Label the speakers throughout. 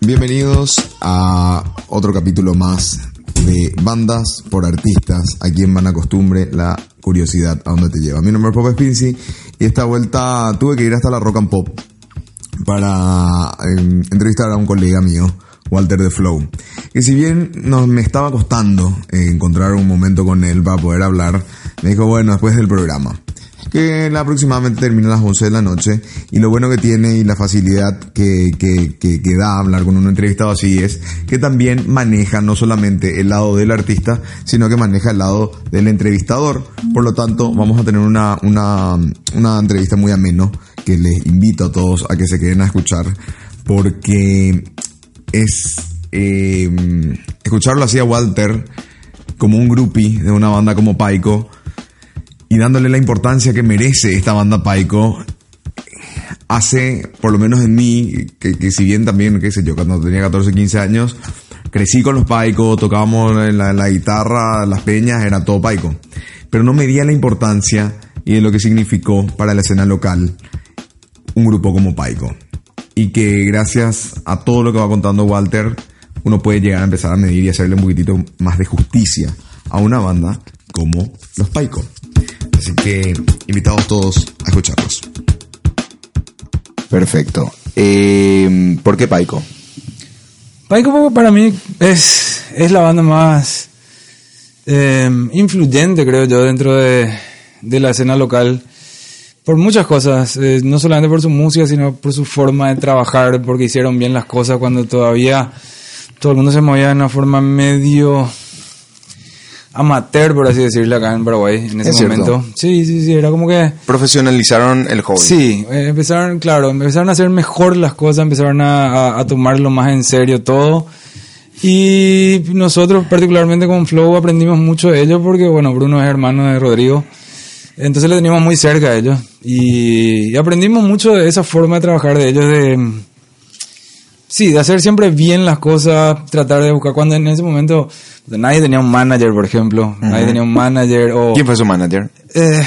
Speaker 1: Bienvenidos a otro capítulo más de bandas por artistas, aquí en Van Costumbre, la curiosidad a dónde te lleva. Mi nombre es Pop Spincy y esta vuelta tuve que ir hasta la Rock and Pop para eh, entrevistar a un colega mío, Walter de Flow. Que si bien no, me estaba costando eh, encontrar un momento con él para poder hablar, me dijo, bueno, después del programa. Que la aproximadamente termina a las 11 de la noche. Y lo bueno que tiene y la facilidad que, que, que, que da hablar con un entrevistado así es que también maneja no solamente el lado del artista, sino que maneja el lado del entrevistador. Por lo tanto, vamos a tener una, una, una entrevista muy ameno que les invito a todos a que se queden a escuchar porque es eh, escucharlo así a Walter como un groupie de una banda como Paico y dándole la importancia que merece esta banda Paico hace, por lo menos en mí, que, que si bien también, qué sé yo, cuando tenía 14, 15 años, crecí con los Paico, tocábamos la, la guitarra, las peñas, era todo Paico. Pero no medía la importancia y de lo que significó para la escena local un grupo como Paico. Y que gracias a todo lo que va contando Walter, uno puede llegar a empezar a medir y hacerle un poquitito más de justicia a una banda como los Paico. Así que invitados todos a escucharlos.
Speaker 2: Perfecto. Eh, ¿Por qué Paico?
Speaker 3: Paico para mí es, es la banda más eh, influyente, creo yo, dentro de, de la escena local por muchas cosas, eh, no solamente por su música, sino por su forma de trabajar, porque hicieron bien las cosas cuando todavía todo el mundo se movía de una forma medio amateur, por así decirlo, acá en Paraguay en ese
Speaker 2: Es cierto.
Speaker 3: momento. Sí, sí, sí, era como que...
Speaker 2: Profesionalizaron el hobby.
Speaker 3: Sí, eh, empezaron, claro, empezaron a hacer mejor las cosas, empezaron a, a- a tomarlo más en serio todo. Y nosotros, particularmente con Flow, aprendimos mucho de ellos porque, bueno, Bruno es hermano de Rodrigo. Entonces le teníamos muy cerca a ellos. Y, y aprendimos mucho de esa forma de trabajar de ellos, de. Sí, de hacer siempre bien las cosas, tratar de buscar. Cuando en ese momento nadie tenía un manager, por ejemplo. Nadie tenía un manager. O,
Speaker 2: ¿Quién fue su manager?
Speaker 3: eh,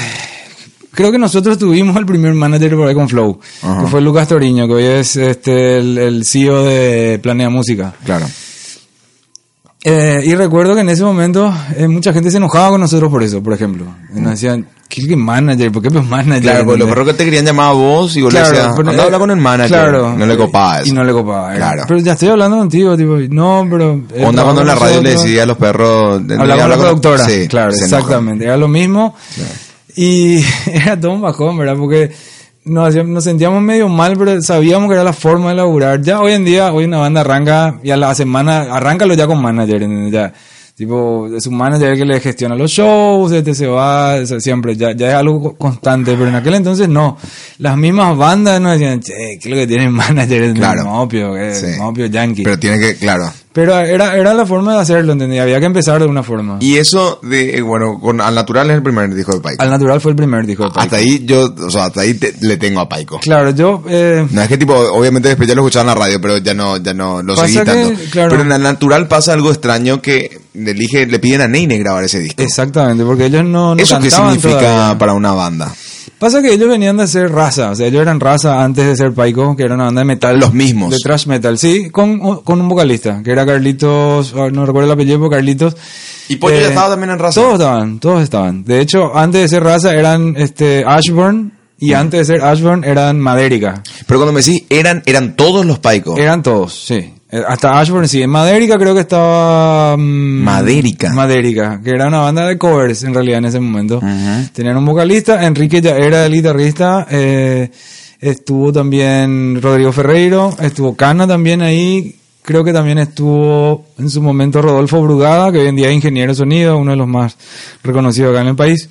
Speaker 3: creo que nosotros tuvimos el primer manager por ahí con Flow,
Speaker 2: Ajá.
Speaker 3: que fue Lucas Toriño, que hoy es este, el, el CEO de Planea Música.
Speaker 2: Claro.
Speaker 3: Eh, y recuerdo que en ese momento eh, mucha gente se enojaba con nosotros por eso, por ejemplo. Y Nos decían, ¿qué, qué manager? ¿Por qué pues manager?
Speaker 2: Claro, porque los
Speaker 3: ¿Entendés?
Speaker 2: perros que te querían llamar a vos y vos le decías,
Speaker 3: pero,
Speaker 2: "Andá a
Speaker 3: eh,
Speaker 2: hablar con el manager.
Speaker 3: claro.
Speaker 2: no le copaba eso.
Speaker 3: Y no le copaba. eh.
Speaker 2: Claro.
Speaker 3: Pero ya estoy hablando contigo, tipo, y no, pero... eh,
Speaker 2: Onda cuando en la radio le
Speaker 3: nosotros-
Speaker 2: decía a los perros...
Speaker 3: Hablaba
Speaker 2: "Habla
Speaker 3: con la
Speaker 2: con-
Speaker 3: productora.
Speaker 2: Sí,
Speaker 3: claro,
Speaker 2: se enoja.
Speaker 3: exactamente. Era lo mismo. Y era todo un bajón, ¿verdad? Porque nos, hacíamos- nos sentíamos medio mal, pero sabíamos que era la forma de laburar. Ya hoy en día, hoy una banda arranca, y a la semana, arráncalo ya con manager, ¿entendés? ya. Tipo, es un manager que le gestiona los shows, este se va, o sea, siempre, ya, ya es algo co- constante, pero en aquel entonces no. Las mismas bandas nos decían, che, ¿qué es lo que tiene el manager? Es
Speaker 2: Claro.
Speaker 3: Mopio, que es
Speaker 2: Sí.
Speaker 3: Mopio Yankee. Pero,
Speaker 2: Pero tiene que, claro.
Speaker 3: era, era la forma de hacerlo, ¿entendés? Había que empezar de una forma.
Speaker 2: Y eso de, eh, bueno, con Al Natural es el primer disco de Paico.
Speaker 3: Al natural fue el primer disco de Paico.
Speaker 2: Ah, Hasta ahí yo, o sea, hasta ahí te- le tengo a Paico.
Speaker 3: Claro, yo... eh,
Speaker 2: No es que tipo, obviamente después ya lo escuchaba en la radio, pero ya no, ya no lo
Speaker 3: Pasa
Speaker 2: seguí
Speaker 3: que,
Speaker 2: tanto.
Speaker 3: claro.
Speaker 2: Pero en el natural pasa algo extraño que le dije, le piden a Neine grabar ese disco.
Speaker 3: exactamente, porque ellos no, no
Speaker 2: ¿Eso qué
Speaker 3: cantaban
Speaker 2: significa
Speaker 3: todavía.
Speaker 2: para una banda?
Speaker 3: Pasa que ellos venían de ser raza, o sea, ellos eran raza antes de ser Paico, que era una banda de metal.
Speaker 2: Los mismos.
Speaker 3: De thrash metal, sí, con, con un vocalista, que era Carlitos, ah, no recuerdo el apellido, pero Carlitos. Eh,
Speaker 2: ¿Y Pollo ya estaba también en raza?
Speaker 3: Todos estaban, todos estaban. De hecho, antes de ser raza eran este Ashburn, y antes de ser Ashburn eran Madérica.
Speaker 2: Pero cuando me decís, eran, eran todos los paicos.
Speaker 3: Eran todos, sí. Eh, Hasta Ashburn, sí. En Madérica creo que estaba... mm,
Speaker 2: Madérica.
Speaker 3: Madérica, que era una banda de covers en realidad en ese momento.
Speaker 2: Ujú.
Speaker 3: Tenían un vocalista, Enrique ya era el guitarrista, eh, estuvo también Rodrigo Ferreiro, estuvo Cana también ahí, creo que también estuvo en su momento Rodolfo Brugada, que hoy en día es ingeniero de sonido, uno de los más reconocidos acá en el país.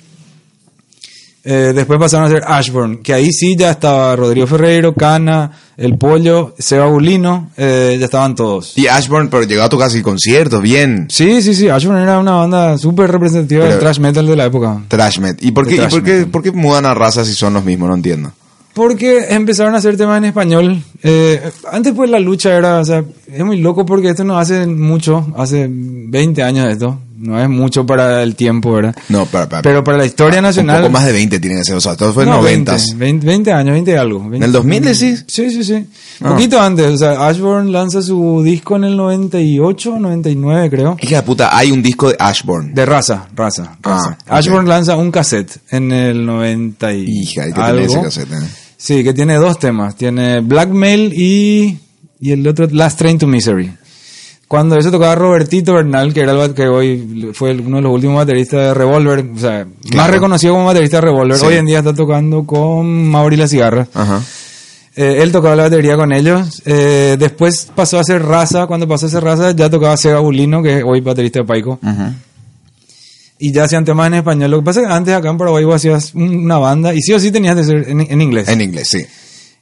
Speaker 3: Eh, después pasaron a ser Ashburn, que ahí sí ya estaba Rodrigo Ferreiro, Cana, El Pollo, Seba Bulino, eh, ya estaban todos.
Speaker 2: Y Ashburn, pero llegó a tocar así conciertos, bien.
Speaker 3: Sí, sí, sí, Ashburn era una banda súper representativa del
Speaker 2: Pero-
Speaker 3: thrash metal de la época.
Speaker 2: Trash met. ¿Y por
Speaker 3: De
Speaker 2: qué, y
Speaker 3: thrash
Speaker 2: por qué,
Speaker 3: metal.
Speaker 2: por qué mudan a raza si son los mismos? No entiendo.
Speaker 3: Porque empezaron a hacer temas en español. Eh, antes pues la lucha era, o sea, es muy loco porque esto no hace mucho, hace 20 años de esto. No es mucho para el tiempo, ¿verdad?
Speaker 2: No, para, para-
Speaker 3: Pero para la historia nacional...
Speaker 2: Un poco más de 20 tienen que ser. O sea, todo fue en
Speaker 3: No,
Speaker 2: 90.
Speaker 3: 20, 20, 20 años, 20 y algo. 20.
Speaker 2: el 2000 decís?
Speaker 3: Sí, sí, sí. Un
Speaker 2: Ah.
Speaker 3: poquito antes, o sea, Ashburn lanza su disco en el 98, 99 creo.
Speaker 2: Hija de puta, hay un disco de Ashburn.
Speaker 3: De raza, raza.
Speaker 2: Ah,
Speaker 3: raza.
Speaker 2: ok.
Speaker 3: Ashburn lanza un cassette en el 90 y
Speaker 2: Hija, hay que
Speaker 3: algo.
Speaker 2: tener ese cassette. ¿eh?
Speaker 3: Sí, que tiene dos temas. Tiene Blackmail y, y el otro, Last Train to Misery. Cuando eso tocaba Robertito Bernal, que era el bat- que hoy fue el- uno de los últimos bateristas de Revolver, o sea, más
Speaker 2: Claro.
Speaker 3: reconocido como baterista de Revolver,
Speaker 2: Sí. Ah.
Speaker 3: hoy en día está tocando con Mauri La Cigarra.
Speaker 2: Ajá.
Speaker 3: Eh, él tocaba la batería con ellos. Eh, después pasó a ser Raza. Cuando pasó a ser Raza, ya tocaba Seba Bulino, que es hoy baterista de Paico. Y ya hacían temas en español. Lo que pasa es que antes acá en Paraguay vos hacías un- una banda y sí o sí tenías que ser en, en inglés.
Speaker 2: En inglés, sí.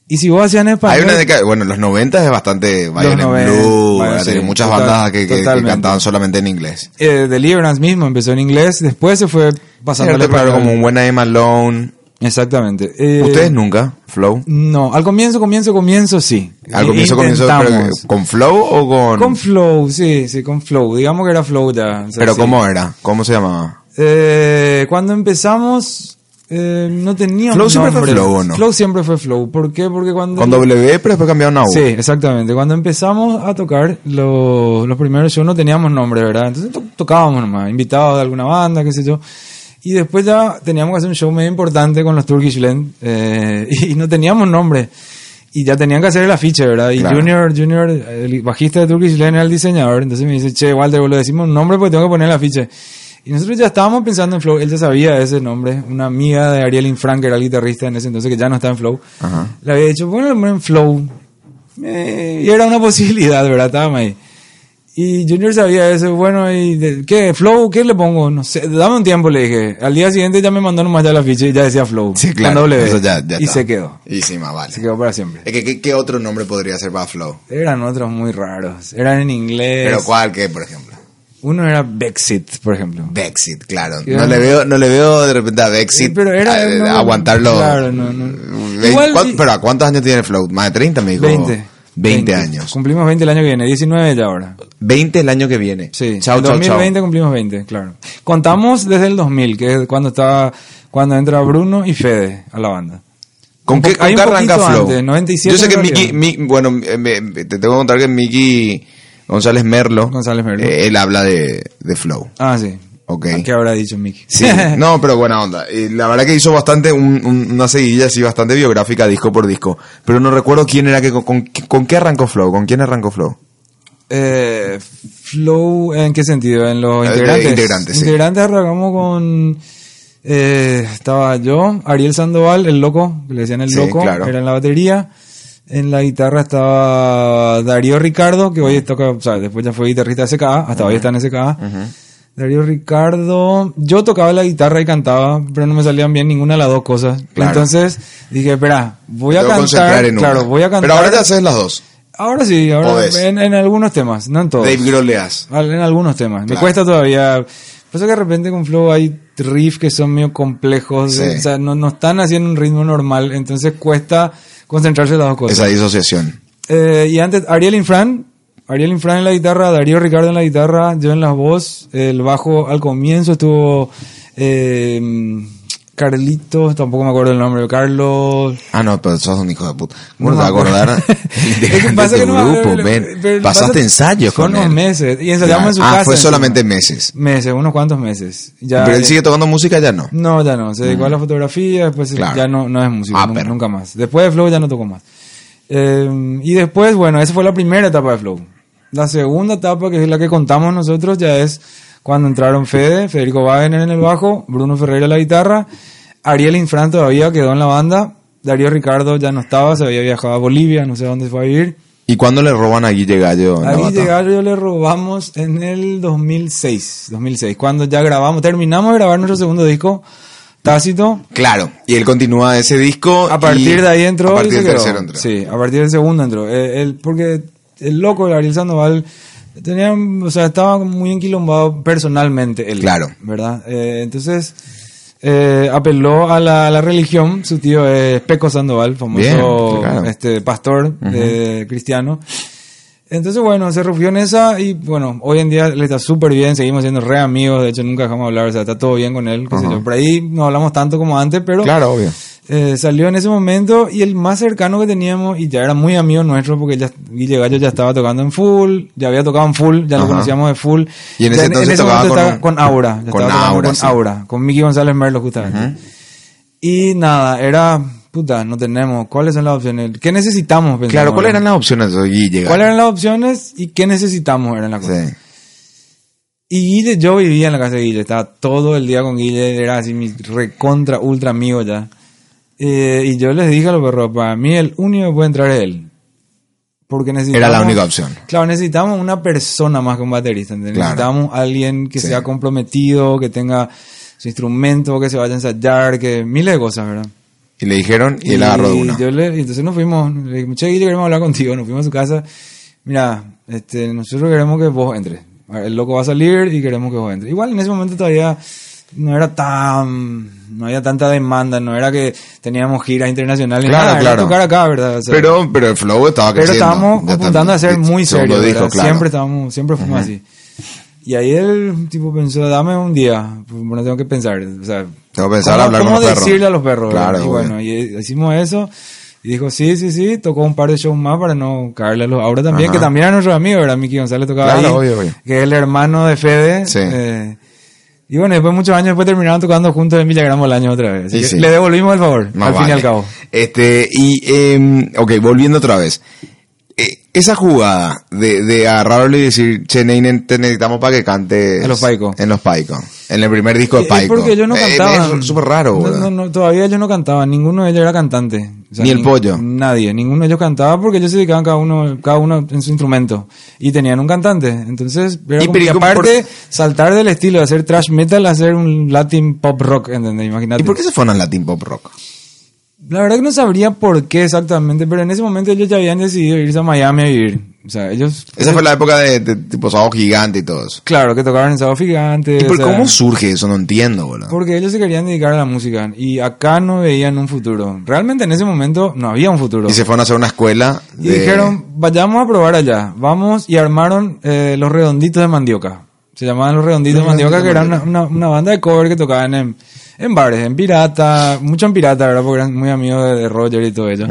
Speaker 3: y si vos hacías en español.
Speaker 2: Hay una década, bueno, los 90 es bastante Violent
Speaker 3: 90,
Speaker 2: Blue,
Speaker 3: bueno,
Speaker 2: así,
Speaker 3: sí,
Speaker 2: muchas
Speaker 3: total-
Speaker 2: bandas que, que- que
Speaker 3: totalmente.
Speaker 2: cantaban solamente en inglés.
Speaker 3: eh, Deliverance mismo empezó en inglés, después se fue pasando al
Speaker 2: Cierto, claro,
Speaker 3: español.
Speaker 2: como un buen Aim Alone.
Speaker 3: Exactamente. Eh,
Speaker 2: ¿Ustedes nunca, Flow?
Speaker 3: No, al comienzo, comienzo, comienzo sí.
Speaker 2: Al comienzo, comienzo, pero
Speaker 3: Intentamos.
Speaker 2: que- ¿con Flow o con...?
Speaker 3: Con Flow, sí, sí, con Flow. Digamos que era Flow ya. o sea,
Speaker 2: pero
Speaker 3: sí.
Speaker 2: ¿cómo era? ¿Cómo se llamaba?
Speaker 3: Eh, cuando empezamos, eh, no teníamos.
Speaker 2: Flow siempre fue
Speaker 3: nombre.
Speaker 2: Flow, ¿o no?
Speaker 3: Flow siempre fue Flow. ¿Por qué? Porque cuando.
Speaker 2: Con W, pero después cambiaron a U.
Speaker 3: Sí, exactamente. Cuando empezamos a tocar lo- los primeros shows no teníamos nombre, ¿verdad? Entonces to- tocábamos nomás, invitados de alguna banda, qué sé yo. Y después ya teníamos que hacer un show medio importante con los Turkish Land eh, y no teníamos nombre. Y ya tenían que hacer el afiche, ¿verdad? Y
Speaker 2: Claro.
Speaker 3: Junior, Junior, el bajista de Turkish Land era el diseñador. Entonces me dice, che, Walter, le decimos un nombre porque tengo que poner el afiche. Y nosotros ya estábamos pensando en Flow, él ya sabía ese nombre. Una amiga de Ariel Infran, que era el guitarrista en ese entonces, que ya no está en Flow,
Speaker 2: Ajá.
Speaker 3: le había dicho, pon el nombre en Flow. Eh, y era una posibilidad, ¿verdad? Estábamos ahí. Y Junior sabía eso, bueno, ¿y de- qué? ¿Flow? ¿Qué le pongo? No sé, dame un tiempo, le dije. Al día siguiente ya me mandó nomás ya la ficha y ya decía Flow.
Speaker 2: Sí, claro.
Speaker 3: Con doble B.
Speaker 2: Eso ya, ya
Speaker 3: y
Speaker 2: está.
Speaker 3: se quedó.
Speaker 2: Y sí, más vale.
Speaker 3: Se quedó para siempre.
Speaker 2: Es que, ¿qué, qué otro nombre podría ser para Flow?
Speaker 3: Eran otros muy raros. Eran en inglés.
Speaker 2: Pero ¿cuál que, por ejemplo?
Speaker 3: Uno era Brexit, por ejemplo.
Speaker 2: Bexit, claro.
Speaker 3: Ya.
Speaker 2: No le veo, no le veo de repente a
Speaker 3: Eh,
Speaker 2: Bexit
Speaker 3: pero era-
Speaker 2: a-
Speaker 3: no,
Speaker 2: a aguantarlo.
Speaker 3: claro, no, no.
Speaker 2: Ve-
Speaker 3: Igual
Speaker 2: ¿cuán-
Speaker 3: sí.
Speaker 2: Pero ¿a cuántos años tiene Flow? Más de 30, me dijo.
Speaker 3: 20.
Speaker 2: 20,
Speaker 3: 20.
Speaker 2: años.
Speaker 3: Cumplimos 20 el año que viene, 19 ya ahora.
Speaker 2: 20 el año que viene.
Speaker 3: Sí,
Speaker 2: Chao,
Speaker 3: en
Speaker 2: chao,
Speaker 3: 2020 cumplimos 20, claro. Contamos desde el 2000, que es cuando estaba cuando entra Bruno y Fede a la banda.
Speaker 2: chao. ¿Con
Speaker 3: Un
Speaker 2: qué,
Speaker 3: po-
Speaker 2: con
Speaker 3: hay
Speaker 2: qué
Speaker 3: un
Speaker 2: arranca
Speaker 3: poquito
Speaker 2: Flow?
Speaker 3: antes, 97
Speaker 2: Yo sé que
Speaker 3: en realidad.
Speaker 2: Mickey, Mi- bueno, eh, me- me- te tengo que contar que Mickey González Merlo,
Speaker 3: González Merlo.
Speaker 2: eh, él habla de, de Flow.
Speaker 3: Ah, sí.
Speaker 2: Ok.
Speaker 3: ¿A ¿Qué habrá dicho Mickey?
Speaker 2: Sí, no, pero buena onda. Y la verdad que hizo bastante, un- un- una seguidilla así bastante biográfica, disco por disco. Pero no recuerdo quién era que, con, con, con qué arrancó Flow, con quién arrancó Flow.
Speaker 3: Eh, flow, ¿en qué sentido? En los
Speaker 2: Eh, de
Speaker 3: integrantes.
Speaker 2: integrantes, sí.
Speaker 3: Integrantes arrancamos con. eh, estaba yo, Ariel Sandoval, el loco, que le decían el
Speaker 2: Sí,
Speaker 3: loco,
Speaker 2: claro.
Speaker 3: era en la batería. En la guitarra estaba Darío Ricardo, que hoy toca, o sea, después ya fue guitarrista de SKA, hasta hoy está en SKA. Darío Ricardo, yo tocaba la guitarra y cantaba, pero no me salían bien ninguna de las dos cosas.
Speaker 2: Claro.
Speaker 3: Entonces dije, espera, voy a
Speaker 2: Debo
Speaker 3: cantar.
Speaker 2: concentrar en una.
Speaker 3: claro, voy a cantar.
Speaker 2: Pero ahora ya haces las dos.
Speaker 3: Ahora sí, ahora
Speaker 2: Podés.
Speaker 3: en, en algunos temas, no en todos.
Speaker 2: Dave Groleas.
Speaker 3: Al- En algunos temas. Me
Speaker 2: Claro.
Speaker 3: cuesta todavía. Pasa que de repente con Flow hay riffs que son medio complejos.
Speaker 2: Sí.
Speaker 3: O sea, no, no están haciendo un ritmo normal. Entonces cuesta concentrarse en las dos
Speaker 2: Esa
Speaker 3: cosas.
Speaker 2: disociación.
Speaker 3: Eh, y antes, Ariel Infran. Ariel Infran en la guitarra, Darío Ricardo en la guitarra, yo en la voz. El bajo al comienzo estuvo. Eh, Carlitos, tampoco me acuerdo el nombre, Carlos.
Speaker 2: Ah, no, pero sos un hijo de puta. ¿Cómo
Speaker 3: No
Speaker 2: no te vas a
Speaker 3: me acuerdo.
Speaker 2: acordar?
Speaker 3: Es que pasa
Speaker 2: de
Speaker 3: que no
Speaker 2: tu
Speaker 3: me acuerdo,
Speaker 2: grupo,
Speaker 3: pero-
Speaker 2: ven.
Speaker 3: pero
Speaker 2: Pasaste
Speaker 3: pasa-
Speaker 2: ensayos con
Speaker 3: fueron
Speaker 2: él.
Speaker 3: meses, y ensayamos en su
Speaker 2: ah,
Speaker 3: casa
Speaker 2: fue
Speaker 3: encima.
Speaker 2: solamente meses.
Speaker 3: Meses, unos cuantos meses. Ya,
Speaker 2: pero él
Speaker 3: eh,
Speaker 2: sigue tocando música, ya no.
Speaker 3: No, ya no. Se dedicó a la fotografía, después eh,
Speaker 2: Claro.
Speaker 3: ya no, no es músico,
Speaker 2: Ah,
Speaker 3: nun-
Speaker 2: pero-
Speaker 3: nunca más. Después de Flow ya no tocó más. Eh, y después, bueno, esa fue la primera etapa de Flow. La segunda etapa, que es la que contamos nosotros, ya es cuando entraron Fede, Federico Wagner en el bajo, Bruno Ferreira en la guitarra, Ariel Infran todavía quedó en la banda, Darío Ricardo ya no estaba, se había viajado a Bolivia, no sé a dónde fue a vivir.
Speaker 2: ¿Y cuándo le roban a Guille Gallo? en la
Speaker 3: A Guille
Speaker 2: bata?
Speaker 3: Gallo le robamos en el 2006, 2006, cuando ya grabamos, terminamos de grabar nuestro segundo disco, Tácito.
Speaker 2: Claro. Y él continúa ese disco.
Speaker 3: A
Speaker 2: y-
Speaker 3: partir de ahí entró.
Speaker 2: A
Speaker 3: y
Speaker 2: partir
Speaker 3: se
Speaker 2: del
Speaker 3: quedó.
Speaker 2: tercero entró.
Speaker 3: Sí, a partir del segundo entró. Eh, él- porque el loco, el Ariel Sandoval, tenía, o sea, estaba muy enquilombado personalmente él.
Speaker 2: Claro.
Speaker 3: ¿Verdad? Eh, entonces, eh, apeló a la, a la religión. Su tío es Peco Sandoval, famoso
Speaker 2: Bien, claro.
Speaker 3: este, pastor eh, cristiano. Entonces, bueno, se refugió en esa y, bueno, hoy en día le está súper bien, seguimos siendo re amigos, de hecho nunca dejamos de hablar, o sea, está todo bien con él, qué sé yo. Por ahí no hablamos tanto como antes, pero...
Speaker 2: Claro, obvio.
Speaker 3: Eh, salió en ese momento y el más cercano que teníamos, y ya era muy amigo nuestro porque ya Guille Gallo ya estaba tocando en full, ya había tocado en full, ya lo
Speaker 2: Ajá.
Speaker 3: conocíamos de full.
Speaker 2: Y en ese
Speaker 3: Ya
Speaker 2: entonces tocaba
Speaker 3: momento
Speaker 2: con
Speaker 3: estaba
Speaker 2: un-
Speaker 3: con Aura, ya
Speaker 2: con
Speaker 3: estaba tocando
Speaker 2: Aura,
Speaker 3: con
Speaker 2: sí.
Speaker 3: Aura, con Miki González Merlo justamente. Y nada, era, puta, no tenemos, ¿cuáles son las opciones? ¿Qué necesitamos? pensamos,
Speaker 2: Claro, ¿cuáles
Speaker 3: ¿verdad?
Speaker 2: eran las opciones? Y llegar.
Speaker 3: ¿Cuáles eran las opciones y qué necesitamos? Eran las cosas.
Speaker 2: Sí.
Speaker 3: Y Guille, yo vivía en la casa de Guille, estaba todo el día con Guille, era así mi recontra, ultra amigo ya. Eh, y yo les dije a los perros, para mí el único que puede entrar es él. Porque necesitamos...
Speaker 2: Era la única opción.
Speaker 3: Claro, necesitamos una persona más que un baterista, ¿entendés?
Speaker 2: Claro.
Speaker 3: Necesitamos alguien que
Speaker 2: Sí.
Speaker 3: sea comprometido, que tenga su instrumento, que se vaya a ensayar, que miles de cosas, ¿verdad?
Speaker 2: Y le dijeron y él agarró de
Speaker 3: Y
Speaker 2: una.
Speaker 3: yo le- y entonces nos fuimos, le dije, che, Guille, queremos hablar contigo, nos fuimos a su casa. Mira, este, nosotros queremos que vos entres. A ver, El loco va a salir y queremos que vos entres. Igual en ese momento todavía no era tan, no había tanta demanda, no era que teníamos giras internacionales.
Speaker 2: Claro,
Speaker 3: nada, era
Speaker 2: claro.
Speaker 3: tocar acá, ¿verdad? O sea,
Speaker 2: Pero, pero el flow estaba
Speaker 3: pero
Speaker 2: creciendo.
Speaker 3: estábamos
Speaker 2: Ya está-
Speaker 3: apuntando a ser muy
Speaker 2: segundo
Speaker 3: serios.
Speaker 2: disco,
Speaker 3: ¿verdad?
Speaker 2: claro.
Speaker 3: Siempre estábamos, siempre fuimos así. Y ahí él tipo pensó, dame un día, pues, bueno, tengo que pensar, o sea,
Speaker 2: Tengo que pensar,
Speaker 3: ¿cómo-
Speaker 2: hablar con
Speaker 3: cómo
Speaker 2: los perros.
Speaker 3: decirle a los perros? ¿verdad?
Speaker 2: Claro,
Speaker 3: y bueno, y eh, hicimos eso y dijo, "Sí, sí, sí", tocó un par de shows más para no caerle a los ahora también,
Speaker 2: Ajá.
Speaker 3: que también era nuestro amigo, era Miki González tocaba
Speaker 2: Claro,
Speaker 3: ahí,
Speaker 2: obvio, obvio.
Speaker 3: que es el hermano de Fede.
Speaker 2: Sí.
Speaker 3: eh, y bueno, después muchos años después terminaron tocando juntos en Villagrán Bolaño otra vez. Así
Speaker 2: Y
Speaker 3: que
Speaker 2: sí.
Speaker 3: Le devolvimos el favor,
Speaker 2: Más
Speaker 3: al fin y
Speaker 2: vale.
Speaker 3: al cabo.
Speaker 2: Este, y, eh, ok, volviendo otra vez. Eh, esa jugada de, de agarrarlo y decir, che, Neinen, te necesitamos para que cantes.
Speaker 3: En los Paico.
Speaker 2: En los Paico. En el primer disco de
Speaker 3: Es
Speaker 2: Paico.
Speaker 3: porque ellos no
Speaker 2: Eh,
Speaker 3: cantaban.
Speaker 2: Es súper raro,
Speaker 3: No,
Speaker 2: boludo.
Speaker 3: no, no, todavía ellos no cantaban. Ninguno de ellos era cantante. O
Speaker 2: Ni el pollo.
Speaker 3: Nadie. Ninguno de ellos cantaba porque ellos se dedicaban cada uno, cada uno en su instrumento. Y tenían un cantante. Entonces, era
Speaker 2: Y
Speaker 3: como
Speaker 2: pero
Speaker 3: que
Speaker 2: ¿y cómo
Speaker 3: aparte, saltar del estilo de hacer trash metal a hacer un latin pop rock, ¿entendés? Imagínate.
Speaker 2: ¿Y por qué se fueron al Latin Pop Rock?
Speaker 3: La verdad que no sabría por qué exactamente, pero en ese momento ellos ya habían decidido irse a Miami a vivir. O sea, ellos...
Speaker 2: Esa fue la época de, de tipo Sábado Gigante y todo eso.
Speaker 3: Claro, que tocaban en Sábado Gigante.
Speaker 2: ¿Y
Speaker 3: o
Speaker 2: por
Speaker 3: sea,
Speaker 2: cómo surge eso? No entiendo, boludo.
Speaker 3: Ah. Porque ellos se querían dedicar a la música y acá no veían un futuro. Realmente en ese momento no había un futuro.
Speaker 2: Y se fueron a hacer una escuela.
Speaker 3: Y
Speaker 2: de-
Speaker 3: dijeron, vayamos a probar allá. Vamos y armaron eh, los redonditos de mandioca. Se llamaban los redonditos de mandioca, que era una, una, una banda de cover que tocaban en, en bares, en pirata, mucho en pirata, ¿verdad? Porque eran muy amigos de, de Roger y todo ello.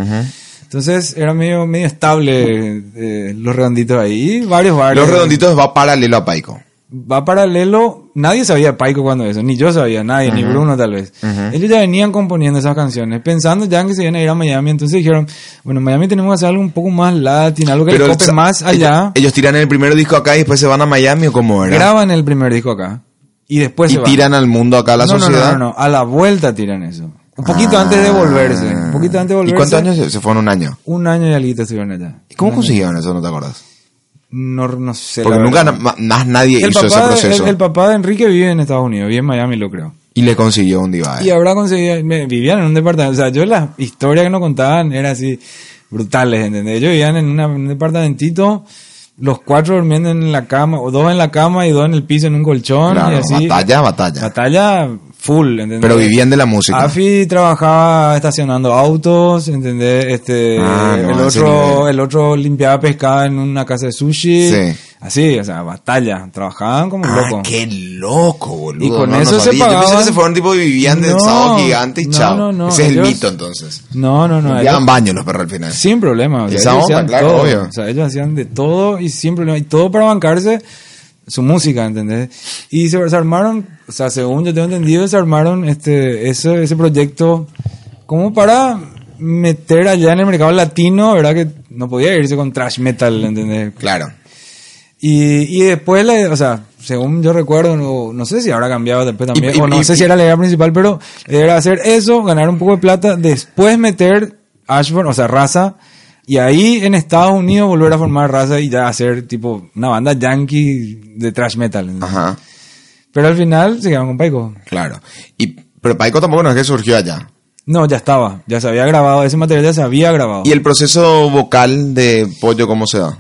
Speaker 3: Entonces era medio, medio estable eh, los redonditos ahí. Y varios bares.
Speaker 2: Los Redonditos va paralelo a Paico.
Speaker 3: va paralelo. Nadie sabía de Paico cuando eso, ni yo sabía, nadie, ni Bruno tal vez. Ellos ya venían componiendo esas canciones, pensando ya en que se iban a ir a Miami. Entonces dijeron, bueno, en Miami tenemos que hacer algo un poco más latin, algo que le cope
Speaker 2: sa-
Speaker 3: más allá.
Speaker 2: Ellos, ellos tiran el primer disco acá y después se van a Miami o cómo era.
Speaker 3: Graban el primer disco acá y después pues
Speaker 2: y
Speaker 3: se van.
Speaker 2: tiran al mundo acá a la
Speaker 3: no, no, no,
Speaker 2: sociedad.
Speaker 3: no, no, a la vuelta tiran eso. Un poquito
Speaker 2: Ah.
Speaker 3: antes de volverse, un poquito antes de volverse.
Speaker 2: ¿Y cuántos años se- se fueron? Un año.
Speaker 3: Un año y algo estuvieron allá.
Speaker 2: ¿Y cómo consiguieron eso? ¿No te acuerdas?
Speaker 3: No, no sé. la
Speaker 2: Porque nunca
Speaker 3: verdad.
Speaker 2: na- ma- más nadie
Speaker 3: el
Speaker 2: hizo
Speaker 3: papá,
Speaker 2: ese
Speaker 3: de-
Speaker 2: proceso.
Speaker 3: el- el papá de Enrique vive en Estados Unidos, vive en Miami, lo creo.
Speaker 2: y le consiguió un diva.
Speaker 3: Y habrá conseguido, me- vivían en un departamento, o sea, yo las historias que nos contaban eran así brutales, ¿entendés? Ellos vivían en, una- en un departamentito, los cuatro durmiendo en la cama, o dos en la cama y dos en el piso en un colchón, y
Speaker 2: Claro,
Speaker 3: así.
Speaker 2: batalla, batalla.
Speaker 3: Batalla full, ¿entendés?
Speaker 2: Pero vivían de la música.
Speaker 3: Afi trabajaba estacionando autos, ¿entendés? Este,
Speaker 2: Ah, no,
Speaker 3: el,
Speaker 2: a ese
Speaker 3: otro,
Speaker 2: nivel.
Speaker 3: el otro limpiaba pescado en una casa de sushi.
Speaker 2: Sí.
Speaker 3: Así, o sea, batalla. Trabajaban como
Speaker 2: Ah,
Speaker 3: locos.
Speaker 2: qué loco, boludo.
Speaker 3: Y con
Speaker 2: No, no
Speaker 3: eso se
Speaker 2: sabía. Yo pensé
Speaker 3: pagaban-
Speaker 2: que se fueron tipo y vivían del
Speaker 3: No,
Speaker 2: sábado gigante y
Speaker 3: no,
Speaker 2: chao.
Speaker 3: no, no,
Speaker 2: Ese es
Speaker 3: ellos-
Speaker 2: el mito entonces.
Speaker 3: No, no, no. ellos-
Speaker 2: Limpiaban baños los perros al final.
Speaker 3: Sin problema. o sea,
Speaker 2: Esa
Speaker 3: ellos
Speaker 2: onda,
Speaker 3: hacían
Speaker 2: claro,
Speaker 3: todo.
Speaker 2: obvio.
Speaker 3: O sea, ellos hacían de todo y sin problema. Y todo para bancarse su música, ¿entendés? Y se, se armaron, o sea, según yo tengo entendido, se armaron este, ese, ese proyecto como para meter allá en el mercado latino, ¿verdad? Que no podía irse con trash metal, ¿entendés?
Speaker 2: Claro.
Speaker 3: Y, y después, la- o sea, según yo recuerdo, no, no sé si habrá cambiado después también,
Speaker 2: Y- y-
Speaker 3: o no
Speaker 2: y-
Speaker 3: sé si
Speaker 2: y-
Speaker 3: era la idea principal, pero era hacer eso, ganar un poco de plata, después meter Ashburn, o sea, raza, y ahí en Estados Unidos volver a formar raza y ya hacer tipo una banda yankee de thrash metal. ¿no?
Speaker 2: Ajá.
Speaker 3: Pero al final se quedaron con Paico.
Speaker 2: Claro. Y Pero Paico tampoco no es que surgió allá.
Speaker 3: No, ya estaba, ya se había grabado, ese material ya se había grabado.
Speaker 2: ¿Y el proceso vocal de Pollo cómo se da?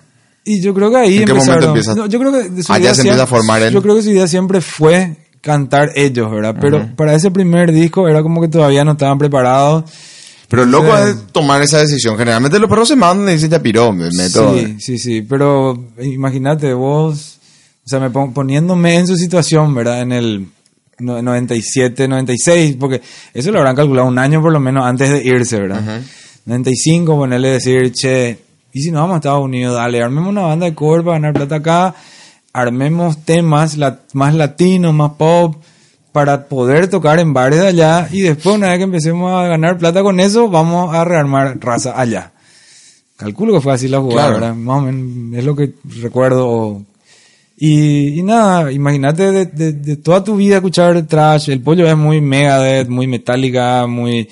Speaker 3: Y yo creo que ahí
Speaker 2: ¿En qué momento
Speaker 3: empezaron.
Speaker 2: empieza?
Speaker 3: No, yo creo que su
Speaker 2: Allá
Speaker 3: idea
Speaker 2: se empieza
Speaker 3: siem-
Speaker 2: a formar el-
Speaker 3: Yo creo que su idea siempre fue cantar ellos, ¿verdad? Pero para ese primer disco era como que todavía no estaban preparados.
Speaker 2: Pero loco
Speaker 3: Sí.
Speaker 2: es tomar esa decisión. Generalmente los perros se mandan y dicen ya piró, me meto.
Speaker 3: Sí, sí, sí. Pero imagínate vos, o sea, me pon- poniéndome en su situación, ¿verdad? En el no- 97, 96, porque eso lo habrán calculado un año por lo menos antes de irse, ¿verdad? 95, ponerle decir, che, y si nos vamos a Estados Unidos, dale, armemos una banda de cover para ganar plata acá, armemos temas la- más latinos, más pop, para poder tocar en bares de allá, y después una vez que empecemos a ganar plata con eso, vamos a rearmar raza allá. Calculo que fue así la jugada,
Speaker 2: Claro.
Speaker 3: ¿verdad? Más o menos, es lo que recuerdo. o- Y, y nada, imagínate de, de- de toda tu vida escuchar trash. El pollo es muy Megadeth, muy Metallica, muy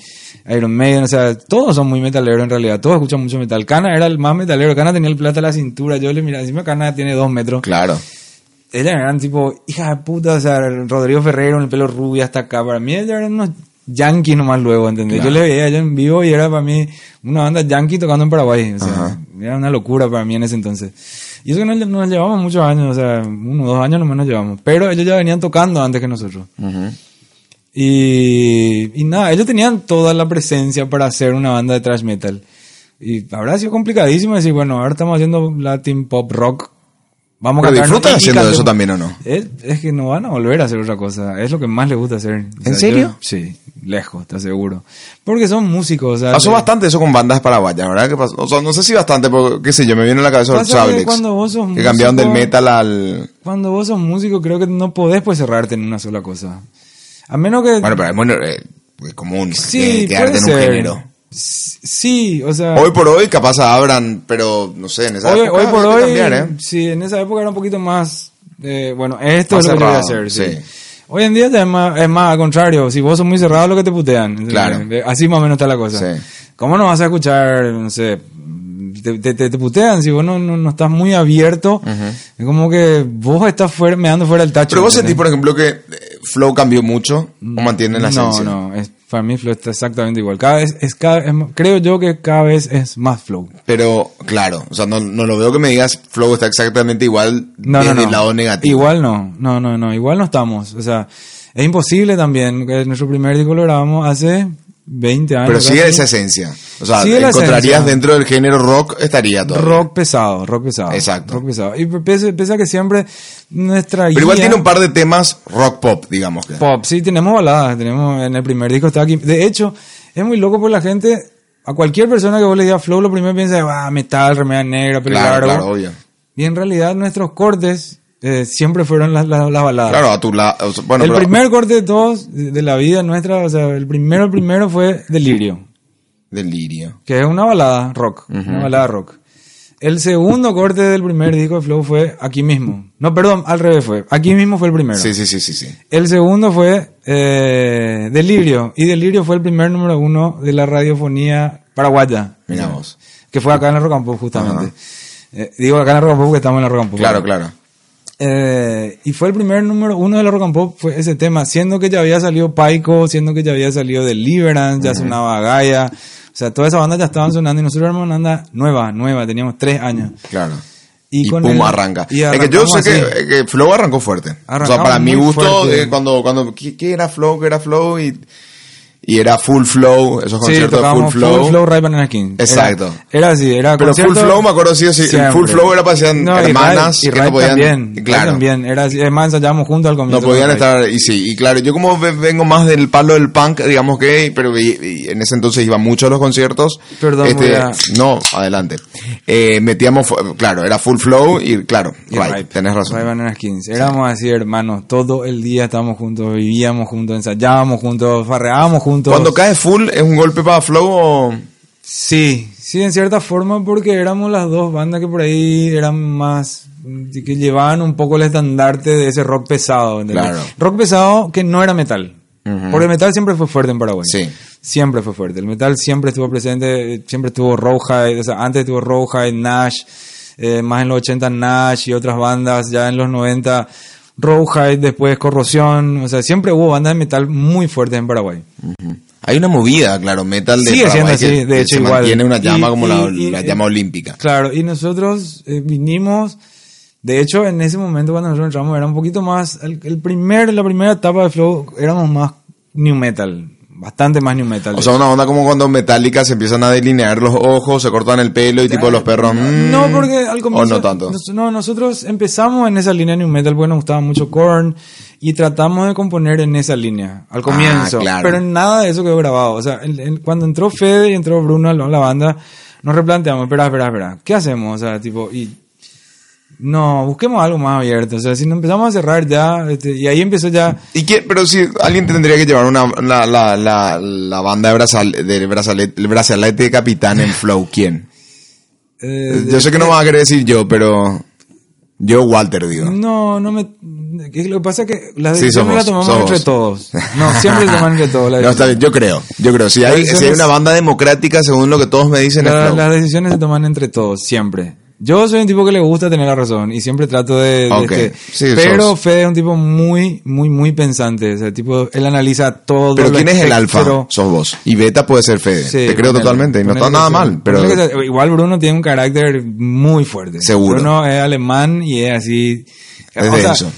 Speaker 3: Iron Maiden. O sea, todos son muy metaleros en realidad. Todos escuchan mucho metal. Cana era el más metalero. Cana tenía el plata a la cintura. Yo le miraba, encima Cana tiene dos metros.
Speaker 2: Claro.
Speaker 3: Ellas eran tipo, hija de puta, o sea, Rodrigo Ferrero, el pelo rubio hasta acá. Para mí, ellas eran unos yankees nomás luego, ¿entendés? Yo le veía a ellas en vivo y era para mí una banda yankee tocando en Paraguay. O sea, era una locura para mí en ese entonces. Y eso que no lle- nos llevamos muchos años, o sea, uno o dos años nomás nos llevamos. Pero ellos ya venían tocando antes que nosotros. Y, y nada, ellos tenían toda la presencia para hacer una banda de thrash metal. Y habrá sido complicadísimo decir, bueno, ahora estamos haciendo Latin pop rock. Vamos a
Speaker 2: Pero
Speaker 3: cantar-
Speaker 2: disfrutan
Speaker 3: y- y
Speaker 2: haciendo
Speaker 3: cantemos.
Speaker 2: eso también, ¿o no?
Speaker 3: Es, es que no van a volver a hacer otra cosa. Es lo que más les gusta hacer. ¿En
Speaker 2: serio?
Speaker 3: sí, lejos, te aseguro. Porque son músicos. O sea,
Speaker 2: Pasó
Speaker 3: te-
Speaker 2: Ah, bastante eso con bandas paraguayas, ¿verdad? Que pasó- O sea, no sé si bastante, pero qué sé yo, me viene a la cabeza los
Speaker 3: Pasa que
Speaker 2: Sablex.
Speaker 3: cuando vos sos
Speaker 2: Que cambiaron del
Speaker 3: músico-
Speaker 2: metal al...
Speaker 3: Cuando vos sos músico, creo que no podés pues cerrarte en una sola cosa. A menos que.
Speaker 2: Bueno, pero es bueno, eh, es común.
Speaker 3: sí,
Speaker 2: que- que
Speaker 3: puede
Speaker 2: arden un
Speaker 3: ser.
Speaker 2: género.
Speaker 3: S- Sí, o sea.
Speaker 2: Hoy por hoy capaz abran, pero no sé, en esa
Speaker 3: hoy,
Speaker 2: época
Speaker 3: hoy por
Speaker 2: hay que
Speaker 3: hoy,
Speaker 2: cambiar, ¿eh?
Speaker 3: sí, en esa época era un poquito más, eh, bueno, esto
Speaker 2: Más
Speaker 3: es lo que yo voy a
Speaker 2: cerrado,
Speaker 3: hacer, sí. Hoy en día ya es más, es más al contrario, si vos sos muy cerrado lo que te putean. ¿entendés?
Speaker 2: Claro.
Speaker 3: Eh, Así más o menos está la cosa.
Speaker 2: Sí.
Speaker 3: ¿Cómo no vas a escuchar, no sé, te, te- te- te putean si vos no, no, no estás muy abierto? Es como que vos estás fuera, me dando fuera el tacho.
Speaker 2: Pero vos sentís,
Speaker 3: ¿entendés?
Speaker 2: por ejemplo, que eh, Flow cambió mucho o mantiene la esencia.
Speaker 3: Mm. No, no, es, para mí Flow está exactamente igual. Cada vez, es, cada, es más- creo yo que cada vez es más Flow.
Speaker 2: Pero, claro, o sea, no, no lo veo que me digas Flow está exactamente igual
Speaker 3: no,
Speaker 2: desde
Speaker 3: no, no.
Speaker 2: el lado negativo.
Speaker 3: Igual no, no, no, no, igual no estamos. O sea, es imposible también. que Nuestro primer disco lo grabamos hace 20 años.
Speaker 2: Pero sigue
Speaker 3: casi.
Speaker 2: esa esencia. O sea,
Speaker 3: Sigue la
Speaker 2: encontrarías
Speaker 3: esencia.
Speaker 2: dentro del género rock, estaría todo.
Speaker 3: Rock pesado, rock pesado.
Speaker 2: Exacto.
Speaker 3: Rock pesado. Y pese, pese a que siempre nuestra
Speaker 2: Pero igual
Speaker 3: guía-
Speaker 2: tiene un par de temas rock pop, digamos que.
Speaker 3: Pop, sí, tenemos baladas, tenemos en el primer disco está aquí. De hecho, es muy loco por la gente, a cualquier persona que vos le digas flow, lo primero piensa, ah, metal, remera negra, pelo
Speaker 2: Claro,
Speaker 3: largo".
Speaker 2: claro, obvio.
Speaker 3: Y en realidad nuestros cortes eh, siempre fueron las, las, las baladas.
Speaker 2: Claro, a tu lado. Bueno,
Speaker 3: el
Speaker 2: pero-
Speaker 3: primer corte de todos, de de la vida nuestra, o sea, el primero, el primero fue Delirio,
Speaker 2: Delirio.
Speaker 3: que es una balada rock, una balada rock. El segundo corte del primer disco de Flow fue aquí mismo. No, perdón, al revés fue. Aquí mismo fue el primero.
Speaker 2: Sí, sí, sí, sí, sí.
Speaker 3: El segundo fue eh, Delirio, y Delirio fue el primer número uno de la radiofonía paraguaya.
Speaker 2: Mirá vos.
Speaker 3: Que fue acá en la Rock and Pop, justamente. Eh, digo acá en la Rock and Pop porque estamos en la Rock and Pop.
Speaker 2: Claro, claro.
Speaker 3: Eh, y fue el primer número uno de la rock and pop, fue ese tema, siendo que ya había salido Paico, siendo que ya había salido Deliverance, ya sonaba Gaia, o sea, todas esas bandas ya estaban sonando y nosotros éramos una banda nueva, nueva, teníamos tres años.
Speaker 2: Claro.
Speaker 3: Y
Speaker 2: Y,
Speaker 3: con
Speaker 2: pum,
Speaker 3: el-
Speaker 2: arranca.
Speaker 3: y
Speaker 2: es que yo sé
Speaker 3: arrancamos
Speaker 2: que,
Speaker 3: así.
Speaker 2: eh, que Flow arrancó fuerte. o sea,
Speaker 3: Arrancamos
Speaker 2: para mi
Speaker 3: muy
Speaker 2: gusto,
Speaker 3: fuerte.
Speaker 2: eh, cuando, cuando, ¿qué, qué era Flow? ¿Qué era Flow? Y, y era Full Flow, esos
Speaker 3: Sí,
Speaker 2: conciertos de Full
Speaker 3: tocábamos
Speaker 2: Flow.
Speaker 3: Full Flow, Right Banana King. Era-
Speaker 2: Exacto.
Speaker 3: Era, así, era
Speaker 2: Pero Full Flow, me acuerdo, sí, sí, el
Speaker 3: siempre.
Speaker 2: Full Flow era para hacer
Speaker 3: y Ray-
Speaker 2: hermanas
Speaker 3: y
Speaker 2: que no
Speaker 3: Ray
Speaker 2: podían-
Speaker 3: también,
Speaker 2: claro.
Speaker 3: Ray también, era así, además ensayábamos juntos al
Speaker 2: No
Speaker 3: comienzo.
Speaker 2: podían
Speaker 3: con Ray.
Speaker 2: estar, y sí, y claro, yo como ve- vengo más del palo del punk, digamos que, pero y- y en ese entonces iba mucho a los conciertos. Este,
Speaker 3: Perdón, voy a-
Speaker 2: No, adelante. Eh, metíamos, fu- claro, era full flow y claro,
Speaker 3: Y
Speaker 2: right,
Speaker 3: Ripe.
Speaker 2: tenés razón.
Speaker 3: Ripe Bananas Kings. Éramos así, hermanos. Todo el día estábamos juntos, vivíamos juntos, ensayábamos juntos, farreábamos juntos.
Speaker 2: Cuando cae full, ¿es un golpe para flow o...?
Speaker 3: Sí, sí, en cierta forma, porque éramos las dos bandas que por ahí eran más. que llevaban un poco el estandarte de ese rock pesado. ¿entendés?
Speaker 2: Claro.
Speaker 3: Rock pesado que no era metal.
Speaker 2: Ujú.
Speaker 3: Porque el metal siempre fue fuerte en Paraguay.
Speaker 2: Sí.
Speaker 3: Siempre fue fuerte. El metal siempre estuvo presente, eh, siempre estuvo Rowhide, o sea, antes estuvo Rowhide, Nash, eh, más en los 80 Nash y otras bandas, ya en los 90 Rowhide, después Corrosión, o sea, siempre hubo bandas de metal muy fuertes en Paraguay.
Speaker 2: Hay una movida, claro, metal de
Speaker 3: Sigue siendo
Speaker 2: Paraguay
Speaker 3: así, de hecho
Speaker 2: se
Speaker 3: igual.
Speaker 2: mantiene una llama
Speaker 3: Y-
Speaker 2: como
Speaker 3: y-
Speaker 2: la,
Speaker 3: y-
Speaker 2: la
Speaker 3: y-
Speaker 2: llama olímpica.
Speaker 3: Claro, y nosotros eh, vinimos, de hecho, en ese momento cuando nosotros entramos era un poquito más, el, el primer, la primera etapa de Flow éramos más new metal, bastante más new metal.
Speaker 2: O sea, una onda como cuando Metallica se empiezan a delinear los ojos, se cortan el pelo y tipo los perros. mm,
Speaker 3: No, porque al comienzo.
Speaker 2: O no tanto.
Speaker 3: nos- no, nosotros empezamos en esa línea de New Metal porque nos gustaba mucho Korn y tratamos de componer en esa línea al comienzo.
Speaker 2: Ah, claro.
Speaker 3: Pero nada de eso quedó grabado. O sea, en- en- cuando entró Fede y entró Bruno a la, a la banda, nos replanteamos: espera, espera, espera, ¿qué hacemos? O sea, tipo, y. No, busquemos algo más abierto. O sea, si no empezamos a cerrar ya, este, y ahí empezó ya.
Speaker 2: ¿Y quién? Pero si alguien tendría que llevar una, la, la, la, la banda de brazal, del brazalete, el brazalete de capitán en Flow, ¿quién?
Speaker 3: eh,
Speaker 2: Yo sé que no vas a querer decir yo, pero yo Walter, digo.
Speaker 3: No, no me. que Lo que pasa es que las
Speaker 2: Sí,
Speaker 3: decisiones
Speaker 2: somos,
Speaker 3: las tomamos
Speaker 2: somos.
Speaker 3: entre todos. No, siempre las tomamos entre todos. las
Speaker 2: No, está bien, yo creo, yo creo. Si hay, si hay una banda democrática, según lo que todos me dicen, es
Speaker 3: La-
Speaker 2: Flow.
Speaker 3: las decisiones se toman entre todos, siempre. Yo soy un tipo que le gusta tener la razón y siempre trato de... de
Speaker 2: Ok,
Speaker 3: este-
Speaker 2: sí,
Speaker 3: pero
Speaker 2: sos-
Speaker 3: Fede es un tipo muy, muy, muy pensante. O sea, tipo, él analiza todo.
Speaker 2: Pero
Speaker 3: lo
Speaker 2: ¿quién es el alfa?
Speaker 3: espectro.
Speaker 2: Sos vos. Y beta puede ser Fede.
Speaker 3: Sí,
Speaker 2: Te creo
Speaker 3: ponele,
Speaker 2: totalmente. Y no
Speaker 3: ponele
Speaker 2: está
Speaker 3: que
Speaker 2: nada
Speaker 3: sea-
Speaker 2: mal, pero...
Speaker 3: ponele que sea- Igual Bruno tiene un carácter muy fuerte.
Speaker 2: Seguro.
Speaker 3: Bruno es alemán y es así...
Speaker 2: Es denso.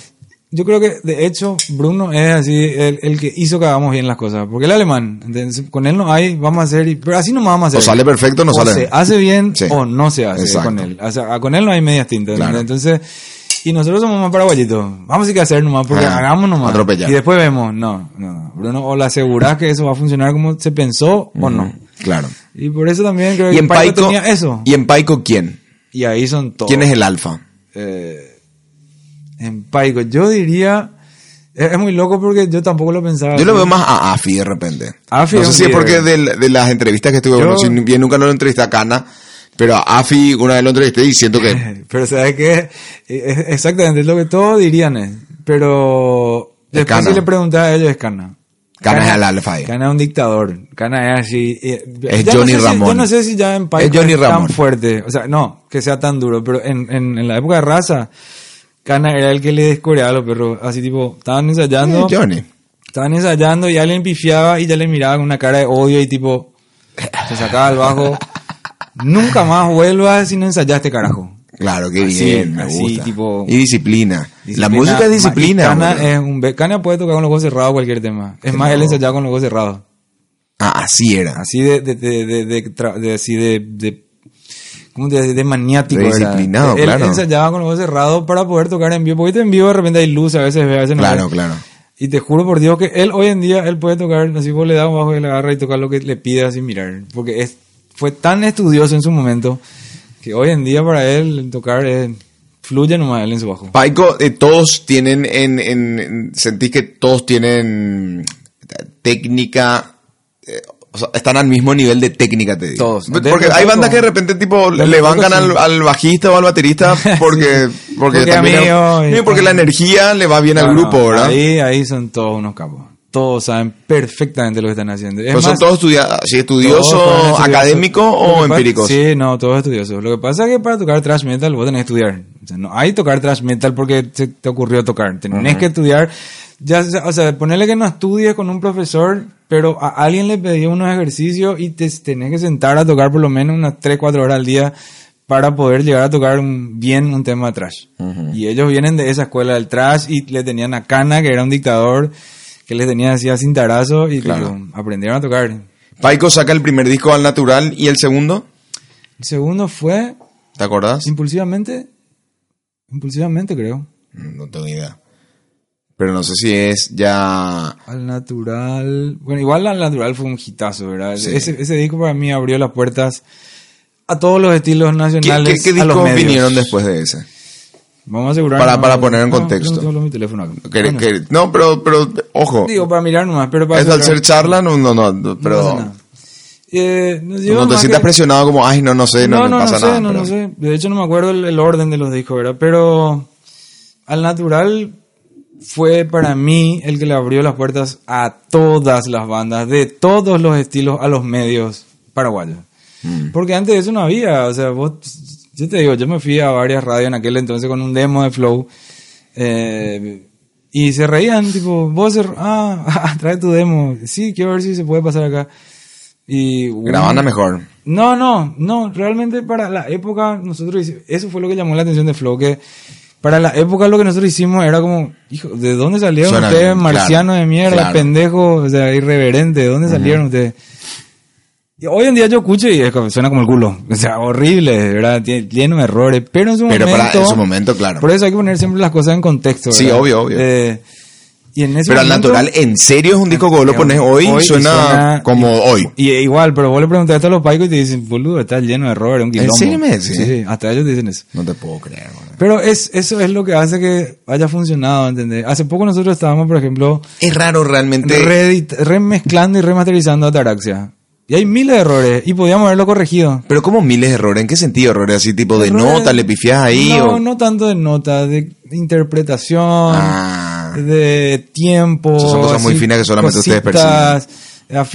Speaker 3: Yo creo que, de hecho, Bruno es así el, el que hizo que hagamos bien las cosas. Porque el alemán, ¿entendés? con él no hay, vamos a hacer, y- pero así no vamos a hacer.
Speaker 2: O sale perfecto o no sale.
Speaker 3: se hace bien
Speaker 2: Sí.
Speaker 3: o no se hace
Speaker 2: Exacto.
Speaker 3: con él. O sea, con él no hay medias tintas. ¿entendés?
Speaker 2: Claro.
Speaker 3: Entonces, y nosotros somos más paraguayitos. Vamos a ir a hacer nomás, porque
Speaker 2: Ah,
Speaker 3: hagamos nomás.
Speaker 2: atropellar.
Speaker 3: Y después Pues vemos, no, no, no. Bruno, o le asegurás que eso va a funcionar como se pensó o no.
Speaker 2: Mm, Claro.
Speaker 3: Y por eso también creo
Speaker 2: ¿Y
Speaker 3: que
Speaker 2: en
Speaker 3: Paico
Speaker 2: Paico?
Speaker 3: tenía eso.
Speaker 2: ¿Y en Paico quién?
Speaker 3: Y ahí son todos.
Speaker 2: ¿Quién es el alfa?
Speaker 3: Eh, en Paico, yo diría... e-, Es es muy loco porque yo tampoco lo pensaba.
Speaker 2: Yo lo
Speaker 3: así.
Speaker 2: veo más a Afi de repente.
Speaker 3: Ah, Afi
Speaker 2: no
Speaker 3: es
Speaker 2: sé
Speaker 3: un
Speaker 2: si es
Speaker 3: líder.
Speaker 2: porque de, de las entrevistas que estuve,
Speaker 3: Yo-
Speaker 2: bueno, si bien nunca lo entrevisté a Cana, pero a Afi una vez lo entrevisté y siento que...
Speaker 3: Pero sabes que es exactamente lo que todos dirían es. Pero
Speaker 2: Es
Speaker 3: después
Speaker 2: Cana.
Speaker 3: si le preguntaba a ellos es Cana.
Speaker 2: Cana es el alfa ahí.
Speaker 3: Cana es un dictador. Cana es así. eh,
Speaker 2: Es
Speaker 3: ya no
Speaker 2: Johnny
Speaker 3: sé si-
Speaker 2: Ramón.
Speaker 3: yo no sé si ya en país
Speaker 2: Es Johnny
Speaker 3: tan
Speaker 2: Ramón.
Speaker 3: fuerte. O sea, no, que sea tan duro. Pero en, en, en la época de raza, Cana era el que le descoreaba a los perros. Así tipo, estaban ensayando.
Speaker 2: Eh, Johnny.
Speaker 3: Estaban ensayando y alguien pifiaba y ya le miraba con una cara de odio y tipo, se sacaba el bajo. Nunca más vuelvas si no ensayaste, carajo.
Speaker 2: Claro, qué
Speaker 3: Así,
Speaker 2: bien, me
Speaker 3: así,
Speaker 2: gusta.
Speaker 3: tipo-
Speaker 2: y disciplina. La música es disciplina.
Speaker 3: Cana,
Speaker 2: boludo.
Speaker 3: es un be- Cana puede tocar con los ojos cerrados cualquier tema. Es más, él ensayaba con los ojos cerrados.
Speaker 2: Ah, así era.
Speaker 3: Así de, de, de, de, de, tra- de- así de, de, ¿cómo te dice? de maniático.
Speaker 2: De
Speaker 3: era.
Speaker 2: disciplinado,
Speaker 3: él,
Speaker 2: claro.
Speaker 3: Él ensayaba con los ojos cerrados para poder tocar en vivo. Porque en vivo de repente hay luz, a veces ve, a veces no.
Speaker 2: Claro,
Speaker 3: ve.
Speaker 2: claro.
Speaker 3: Y te juro por Dios que él hoy en día, él puede tocar, así vos le das un bajo y le agarra y tocar lo que le pida sin mirar. Porque es, fue tan estudioso en su momento que hoy en día para él tocar es, fluye nomás él en su bajo.
Speaker 2: Paico, eh, todos tienen en, en- en- Sentís que todos tienen eh, técnica... eh, o sea, están al mismo nivel de técnica, te digo.
Speaker 3: Todos.
Speaker 2: Porque
Speaker 3: Dentro de
Speaker 2: hay
Speaker 3: Paico-
Speaker 2: bandas que de repente tipo
Speaker 3: Dentro
Speaker 2: le
Speaker 3: de Paico,
Speaker 2: bancan al,
Speaker 3: sí.
Speaker 2: al bajista o al baterista porque, porque,
Speaker 3: Porque
Speaker 2: también...
Speaker 3: amigo, y-
Speaker 2: Sí, porque la energía le va bien al
Speaker 3: No, no,
Speaker 2: grupo, ¿verdad?
Speaker 3: Ahí, ahí son todos unos capos. Todos saben perfectamente lo que están haciendo. Es
Speaker 2: Pero Pues son
Speaker 3: más,
Speaker 2: todos estudia- sí,
Speaker 3: todos
Speaker 2: estudiosos,
Speaker 3: fueron estudiosos.
Speaker 2: académicos
Speaker 3: Lo
Speaker 2: o
Speaker 3: que pasa-
Speaker 2: empíricos.
Speaker 3: Sí, no, todos estudiosos. Lo que pasa es que para tocar thrash metal vos tenés que estudiar. O sea, no hay tocar thrash metal porque se te ocurrió tocar. Tenés que estudiar. Ya, sea- o sea, ponerle que no estudies con un profesor, pero a alguien le pedía unos ejercicios y te tenés que sentar a tocar por lo menos unas 3, 4 horas al día para poder llegar a tocar un- bien un tema trash. Y ellos vienen de esa escuela del trash y le tenían a Cana, que era un dictador, que les tenía así a cintarazo y
Speaker 2: Claro.
Speaker 3: tipo, aprendieron a tocar.
Speaker 2: Paico saca el primer disco al natural y el segundo,
Speaker 3: El segundo fue
Speaker 2: ¿te acordás?
Speaker 3: impulsivamente. Impulsivamente, creo.
Speaker 2: No tengo idea. Pero no sé si es ya...
Speaker 3: Al natural. Bueno, igual al natural fue un hitazo, ¿verdad?
Speaker 2: Sí.
Speaker 3: Ese, ese disco para mí abrió las puertas a todos los estilos
Speaker 2: ¿Qué, qué-
Speaker 3: nacionales.
Speaker 2: qué
Speaker 3: a los
Speaker 2: discos
Speaker 3: medios.
Speaker 2: vinieron después de ese?
Speaker 3: Vamos a asegurar.
Speaker 2: Para- para poner en contexto.
Speaker 3: yo no tengo mi teléfono acá.
Speaker 2: Que-
Speaker 3: Bueno,
Speaker 2: que- no, pero, pero ojo,
Speaker 3: Digo, para mirar nomás, pero para.
Speaker 2: es al
Speaker 3: asegurar-
Speaker 2: ser charla, no, no, no, no, pero
Speaker 3: pasa nada. Eh, nos lleva
Speaker 2: no te
Speaker 3: más
Speaker 2: sientas
Speaker 3: que-
Speaker 2: presionado como, ay, no, no sé, no,
Speaker 3: No,
Speaker 2: me
Speaker 3: no, no,
Speaker 2: pasa
Speaker 3: sé,
Speaker 2: nada.
Speaker 3: no,
Speaker 2: pero-
Speaker 3: no sé. De hecho, no me acuerdo el, el orden de los discos, ¿verdad? Pero al natural fue para mí el que le abrió las puertas a todas las bandas, de todos los estilos, a los medios paraguayos.
Speaker 2: Mm.
Speaker 3: Porque antes de eso no había, o sea, vos, yo te digo, yo me fui a varias radios en aquel entonces con un demo de Flow. Eh, y se reían, tipo, vos, er- ah, trae tu demo. Sí, quiero ver si se puede pasar acá. Y, bueno,
Speaker 2: Grabando mejor.
Speaker 3: no, no, no, realmente para la época nosotros hici- eso fue lo que llamó la atención de Flow, que para la época lo que nosotros hicimos era como, hijo, ¿de dónde salieron
Speaker 2: Suena
Speaker 3: ustedes,
Speaker 2: bien,
Speaker 3: marcianos
Speaker 2: claro,
Speaker 3: de mierda,
Speaker 2: claro.
Speaker 3: pendejos, o sea, irreverente, ¿de dónde salieron ustedes? Y hoy en día yo escucho y es como- suena como el culo, o sea, horrible, ¿verdad? Tien- Lleno de errores, pero en su
Speaker 2: Pero
Speaker 3: momento...
Speaker 2: para- en su momento, claro.
Speaker 3: Por eso hay que poner siempre las cosas en contexto,
Speaker 2: Sí,
Speaker 3: ¿verdad?
Speaker 2: obvio, obvio.
Speaker 3: Eh, y en ese
Speaker 2: Pero al
Speaker 3: momento-
Speaker 2: natural, en serio es un disco que vos lo pones hoy,
Speaker 3: y
Speaker 2: suena, como hoy.
Speaker 3: Y e igual, pero vos le preguntás esto a los paicos y te dicen, boludo, está lleno de errores, un quilombo.
Speaker 2: serio me decís?
Speaker 3: Sí, sí, hasta ellos dicen eso.
Speaker 2: No te puedo creer, boludo.
Speaker 3: Pero es, eso es lo que hace que haya funcionado, ¿entendés? Hace poco nosotros estábamos, por ejemplo,
Speaker 2: Es raro realmente.
Speaker 3: reedit- remezclando y remasterizando a Taraxia. Y hay miles de errores y podíamos haberlo corregido.
Speaker 2: pero como miles de errores, ¿en qué sentido errores? Así tipo de
Speaker 3: Errores-
Speaker 2: nota, le pifias ahí
Speaker 3: No,
Speaker 2: o...
Speaker 3: no tanto de nota, de interpretación,
Speaker 2: Ah.
Speaker 3: de tiempo.
Speaker 2: Esas son cosas muy
Speaker 3: así,
Speaker 2: finas que solamente ustedes
Speaker 3: cositas,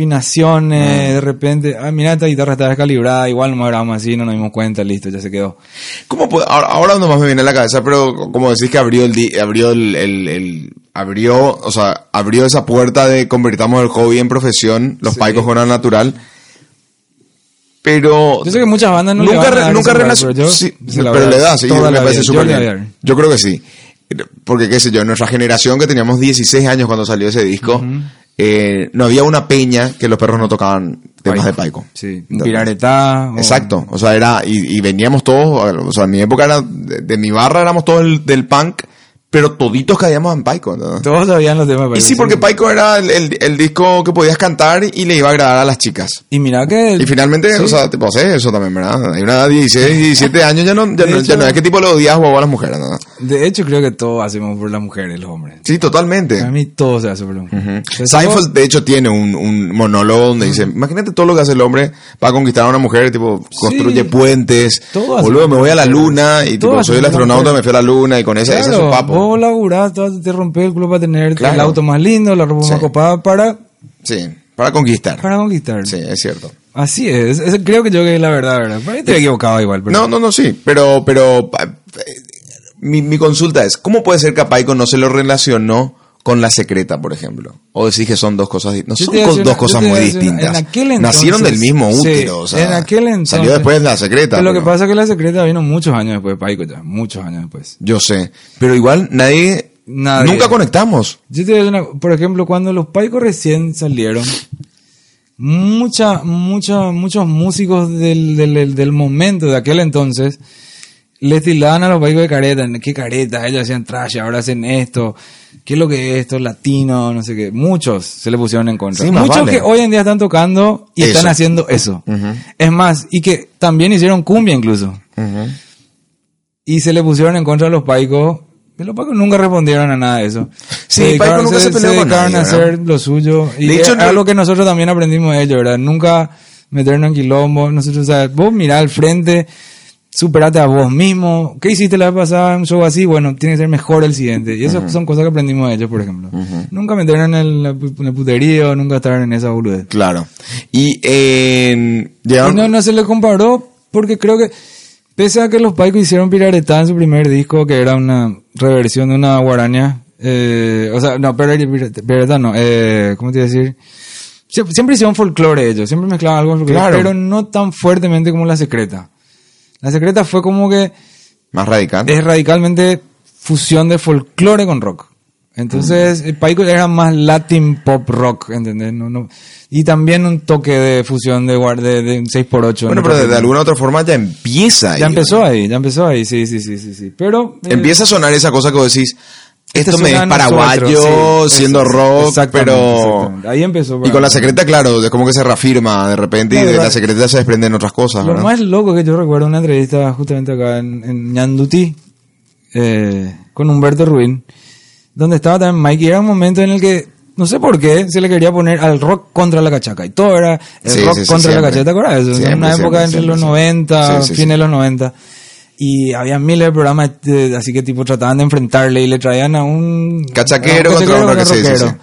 Speaker 3: Afinaciones, de repente, ah, mira, esta guitarra está descalibrada, igual no grabamos así, no nos dimos cuenta, listo, ya se quedó.
Speaker 2: ¿Cómo puede- ahora, ahora nomás me viene a la cabeza, pero como decís que abrió el, di- abrió el, el- el- abrió, o sea, abrió esa puerta de convertamos el hobby en profesión, los paicos con la natural. Pero
Speaker 3: Yo sé que muchas bandas no le
Speaker 2: nunca
Speaker 3: van a
Speaker 2: re-
Speaker 3: dar
Speaker 2: nunca
Speaker 3: ese lugar,
Speaker 2: relacion-
Speaker 3: pero yo
Speaker 2: sí,
Speaker 3: se la
Speaker 2: pero
Speaker 3: voy a
Speaker 2: le
Speaker 3: dar
Speaker 2: da, sí,
Speaker 3: toda
Speaker 2: me
Speaker 3: la
Speaker 2: parece
Speaker 3: vida, yo
Speaker 2: súper
Speaker 3: le
Speaker 2: bien.
Speaker 3: voy a dar.
Speaker 2: Yo creo que sí. Porque qué sé yo, en nuestra generación que teníamos 16 años cuando salió ese disco, eh, no había una peña que los perros no tocaban temas de paico.
Speaker 3: Sí, un
Speaker 2: Entonces,
Speaker 3: piraretá. o-
Speaker 2: Exacto, o sea, era, y, y veníamos todos, a ver, o sea, en mi época era, de, de mi barra éramos todos del, del punk, pero toditos caíamos en Paico. ¿no?
Speaker 3: Todos sabían los temas.
Speaker 2: Y
Speaker 3: parece,
Speaker 2: sí, porque Paico era el, el- el disco que podías cantar y le iba a agradar a las chicas.
Speaker 3: Y mira que...
Speaker 2: Y finalmente,
Speaker 3: Sí.
Speaker 2: o sea, te pasé eso también, ¿verdad? Hay una edad de 16, 17 años, ya no, ya
Speaker 3: De
Speaker 2: no, ya
Speaker 3: hecho-
Speaker 2: no es que tipo le odias o a las mujeres, ¿no?
Speaker 3: De hecho, creo que todos hacemos por las mujeres, los hombres.
Speaker 2: Sí, totalmente.
Speaker 3: Para mí todo se hace por las mujeres. O sea,
Speaker 2: Seinfeld, de hecho, tiene un, un monólogo donde dice, imagínate todo lo que hace el hombre para conquistar a una mujer, tipo, construye
Speaker 3: Sí.
Speaker 2: puentes,
Speaker 3: Todo hace
Speaker 2: boludo, me voy a la
Speaker 3: una mujer.
Speaker 2: luna, y
Speaker 3: Todo
Speaker 2: tipo,
Speaker 3: hace
Speaker 2: soy el
Speaker 3: una
Speaker 2: astronauta,
Speaker 3: mujer.
Speaker 2: me fui a la luna, y con ese, ese es su
Speaker 3: Claro,
Speaker 2: papo.
Speaker 3: Vos laburás, todo te rompes el culo para tener
Speaker 2: Claro.
Speaker 3: el auto más lindo, la ropa
Speaker 2: Sí.
Speaker 3: más copada para,
Speaker 2: Sí, para conquistar.
Speaker 3: para conquistar.
Speaker 2: Sí, es cierto.
Speaker 3: Así es, es- creo que yo que es la verdad, ¿verdad? Para mí estoy equivocado igual, pero
Speaker 2: No, no, no, sí, pero, pero, pa- eh, mi, mi consulta es, ¿cómo puede ser que a Paico no se lo relacionó con La Secreta, por ejemplo? O decís que son dos cosas, di- no,
Speaker 3: Yo
Speaker 2: son
Speaker 3: te iba a
Speaker 2: co-
Speaker 3: decir
Speaker 2: dos
Speaker 3: una-
Speaker 2: cosas
Speaker 3: yo te
Speaker 2: muy
Speaker 3: iba a decir una-
Speaker 2: distintas.
Speaker 3: en aquel
Speaker 2: Nacieron del
Speaker 3: entonces-
Speaker 2: mismo
Speaker 3: sí,
Speaker 2: útero, o sea,
Speaker 3: en aquel entonces-
Speaker 2: salió después La Secreta.
Speaker 3: Pero lo
Speaker 2: pero-
Speaker 3: que pasa es que la secreta vino muchos años después de Paico ya, muchos años después.
Speaker 2: Yo sé, pero igual nadie,
Speaker 3: Nadie.
Speaker 2: nunca conectamos.
Speaker 3: Yo te voy a decir una- por ejemplo, cuando los Paicos recién salieron, mucha, mucha, muchos músicos del, del, del- del momento, de aquel entonces, les tildaban a los Paicos de careta, qué careta, ellos hacían trash, ahora hacen esto, qué es lo que es esto, latino, no sé qué. Muchos se le pusieron en contra.
Speaker 2: Sí, más
Speaker 3: muchos
Speaker 2: vale.
Speaker 3: que hoy en día están tocando y
Speaker 2: Eso.
Speaker 3: están haciendo eso. Es más, y que también hicieron cumbia incluso. Y se le pusieron en contra a los paicos. Y los paicos nunca respondieron a nada de eso.
Speaker 2: Sí, Paico
Speaker 3: dedicaron-
Speaker 2: nunca se peleó con
Speaker 3: dedicaron
Speaker 2: nadie,
Speaker 3: a hacer lo suyo. Y
Speaker 2: De hecho,
Speaker 3: es
Speaker 2: no-
Speaker 3: algo que nosotros también aprendimos de ellos, ¿verdad? Nunca meternos en quilombo. Nosotros, o sea, vos mirá al frente, superate a vos mismo. ¿Qué hiciste la vez pasada en un show así? Bueno, tiene que ser mejor el siguiente. Y esas son cosas que aprendimos de ellos, por ejemplo. Nunca meternos en el, en el puterío, nunca estar en esa boludez.
Speaker 2: Claro. Y en...
Speaker 3: Y no, no se le comparó porque creo que, pese a que los Paicos hicieron Piraretá en su primer disco, que era una reversión de una guaraña, eh, o sea, no, pero Pirate- Piraretá no, eh, ¿cómo te iba a decir? Sie- Siempre hicieron folclore ellos, siempre mezclaban algo con folclore,
Speaker 2: Claro.
Speaker 3: pero no tan fuertemente como La Secreta. La Secreta fue como que
Speaker 2: Más radical.
Speaker 3: es radicalmente fusión de folclore con rock.
Speaker 2: Mm.
Speaker 3: Entonces, eh, Paico era más latin pop rock, ¿entendés? No, no. Y también un toque de fusión de, guar- de, de un 6x8.
Speaker 2: bueno,
Speaker 3: ¿no?
Speaker 2: pero de, de alguna otra forma ya empieza ahí.
Speaker 3: Ya empezó ahí, ya empezó ahí, sí, sí, sí, sí. sí. Pero... eh,
Speaker 2: Empieza a sonar esa cosa que vos decís, esto me es
Speaker 3: suena a
Speaker 2: paraguayo,
Speaker 3: nosotros, sí,
Speaker 2: siendo
Speaker 3: es-
Speaker 2: rock,
Speaker 3: exactamente,
Speaker 2: pero...
Speaker 3: exactamente. Ahí empezó.
Speaker 2: Y
Speaker 3: para-
Speaker 2: con la secreta, claro, es como que se reafirma de repente y
Speaker 3: No,
Speaker 2: de
Speaker 3: ¿verdad?
Speaker 2: la secreta se desprenden otras cosas.
Speaker 3: Lo
Speaker 2: ¿verdad?
Speaker 3: más loco que yo recuerdo una entrevista justamente acá en, en Ñanduti eh, con Humberto Rubín, donde estaba también Mike, y era un momento en el que, no sé por qué, se le quería poner al rock contra la cachaca, y todo era el
Speaker 2: Sí,
Speaker 3: rock
Speaker 2: sí, sí,
Speaker 3: contra la
Speaker 2: siempre.
Speaker 3: cachaca, ¿te acuerdas? de eso?
Speaker 2: Siempre,
Speaker 3: en una
Speaker 2: siempre,
Speaker 3: época entre
Speaker 2: siempre,
Speaker 3: los
Speaker 2: siempre.
Speaker 3: 90,
Speaker 2: Sí, sí, sí.
Speaker 3: fines de los 90. Y había miles de programas eh, así que tipo trataban de enfrentarle y le traían a un
Speaker 2: Cachaquero
Speaker 3: a un
Speaker 2: contra uno que sí, sí,
Speaker 3: rockero.
Speaker 2: sí.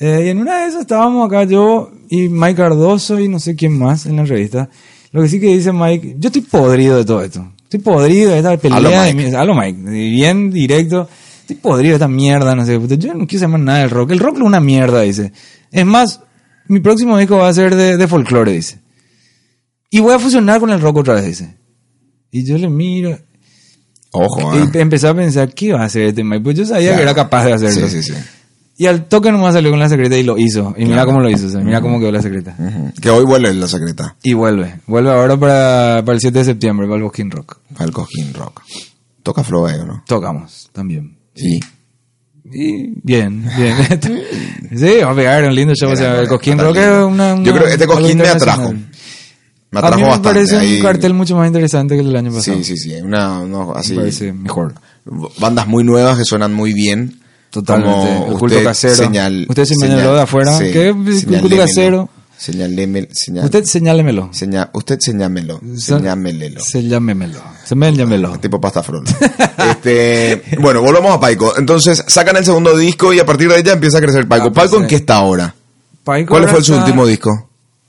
Speaker 3: Eh, y en una de esas estábamos acá yo y Mike Cardoso y no sé quién más en la entrevista. Lo que sí que dice Mike, yo estoy podrido de todo esto. Estoy podrido de esta pelea
Speaker 2: Aló,
Speaker 3: de
Speaker 2: Mike.
Speaker 3: mí- Aló Mike, y bien directo. estoy podrido de esta mierda, no sé. puta, Yo no quise más nada del rock. El rock es una mierda, dice. Es más, mi próximo disco va a ser de, de folclore, dice. Y voy a fusionar con el rock otra vez, dice. Y yo le miro.
Speaker 2: Ojo,
Speaker 3: Y
Speaker 2: ¿eh?
Speaker 3: pe- empecé a pensar, ¿qué va a hacer este Mike? Pues yo sabía que
Speaker 2: Claro.
Speaker 3: era capaz de hacerlo.
Speaker 2: Sí, sí, sí.
Speaker 3: Y al toque nomás salió con la secreta y lo hizo. Y mira cómo lo hizo, o sea, mira cómo quedó la secreta.
Speaker 2: Ujú. Que hoy vuelve la secreta
Speaker 3: Y vuelve. Vuelve ahora para, para el 7 de septiembre, para el Bosquín Rock.
Speaker 2: al Cojín Rock. Toca flow ahí, ¿o ¿no?
Speaker 3: Tocamos también.
Speaker 2: Sí.
Speaker 3: Y bien, bien. sí, va a pegar un lindo show. o sea,
Speaker 2: Era-
Speaker 3: el Cosquín
Speaker 2: era
Speaker 3: Rock
Speaker 2: lindo.
Speaker 3: era una,
Speaker 2: Yo creo que este
Speaker 3: algo
Speaker 2: Cosquín me
Speaker 3: internacional.
Speaker 2: atrajo. Me
Speaker 3: a
Speaker 2: atrajo
Speaker 3: mí me
Speaker 2: bastante.
Speaker 3: parece
Speaker 2: ahí-
Speaker 3: un cartel mucho más interesante que el del año pasado.
Speaker 2: Sí, sí, sí. Una, no, así.
Speaker 3: Me parece mejor.
Speaker 2: Bandas muy nuevas que suenan muy bien.
Speaker 3: Totalmente.
Speaker 2: Como
Speaker 3: El culto
Speaker 2: usted,
Speaker 3: casero.
Speaker 2: Señal,
Speaker 3: Usted se me
Speaker 2: señal-
Speaker 3: lo de afuera.
Speaker 2: sí,
Speaker 3: ¿Qué? El
Speaker 2: señal
Speaker 3: culto
Speaker 2: lémelo.
Speaker 3: casero.
Speaker 2: Señal, lémelo, señal,
Speaker 3: Usted señálemelo.
Speaker 2: señal- usted señámelo.
Speaker 3: Sa-
Speaker 2: Señámelo.
Speaker 3: Señálemelo. Señálemelo.
Speaker 2: Tipo pasta frola. este, bueno, volvamos a Paico. Entonces, sacan el segundo disco y a partir de ella empieza a crecer Paico.
Speaker 3: Ah, pues,
Speaker 2: ¿Paico en
Speaker 3: sí.
Speaker 2: qué está ahora?
Speaker 3: Paico
Speaker 2: ¿Cuál fue
Speaker 3: ahora
Speaker 2: su
Speaker 3: está-
Speaker 2: último disco?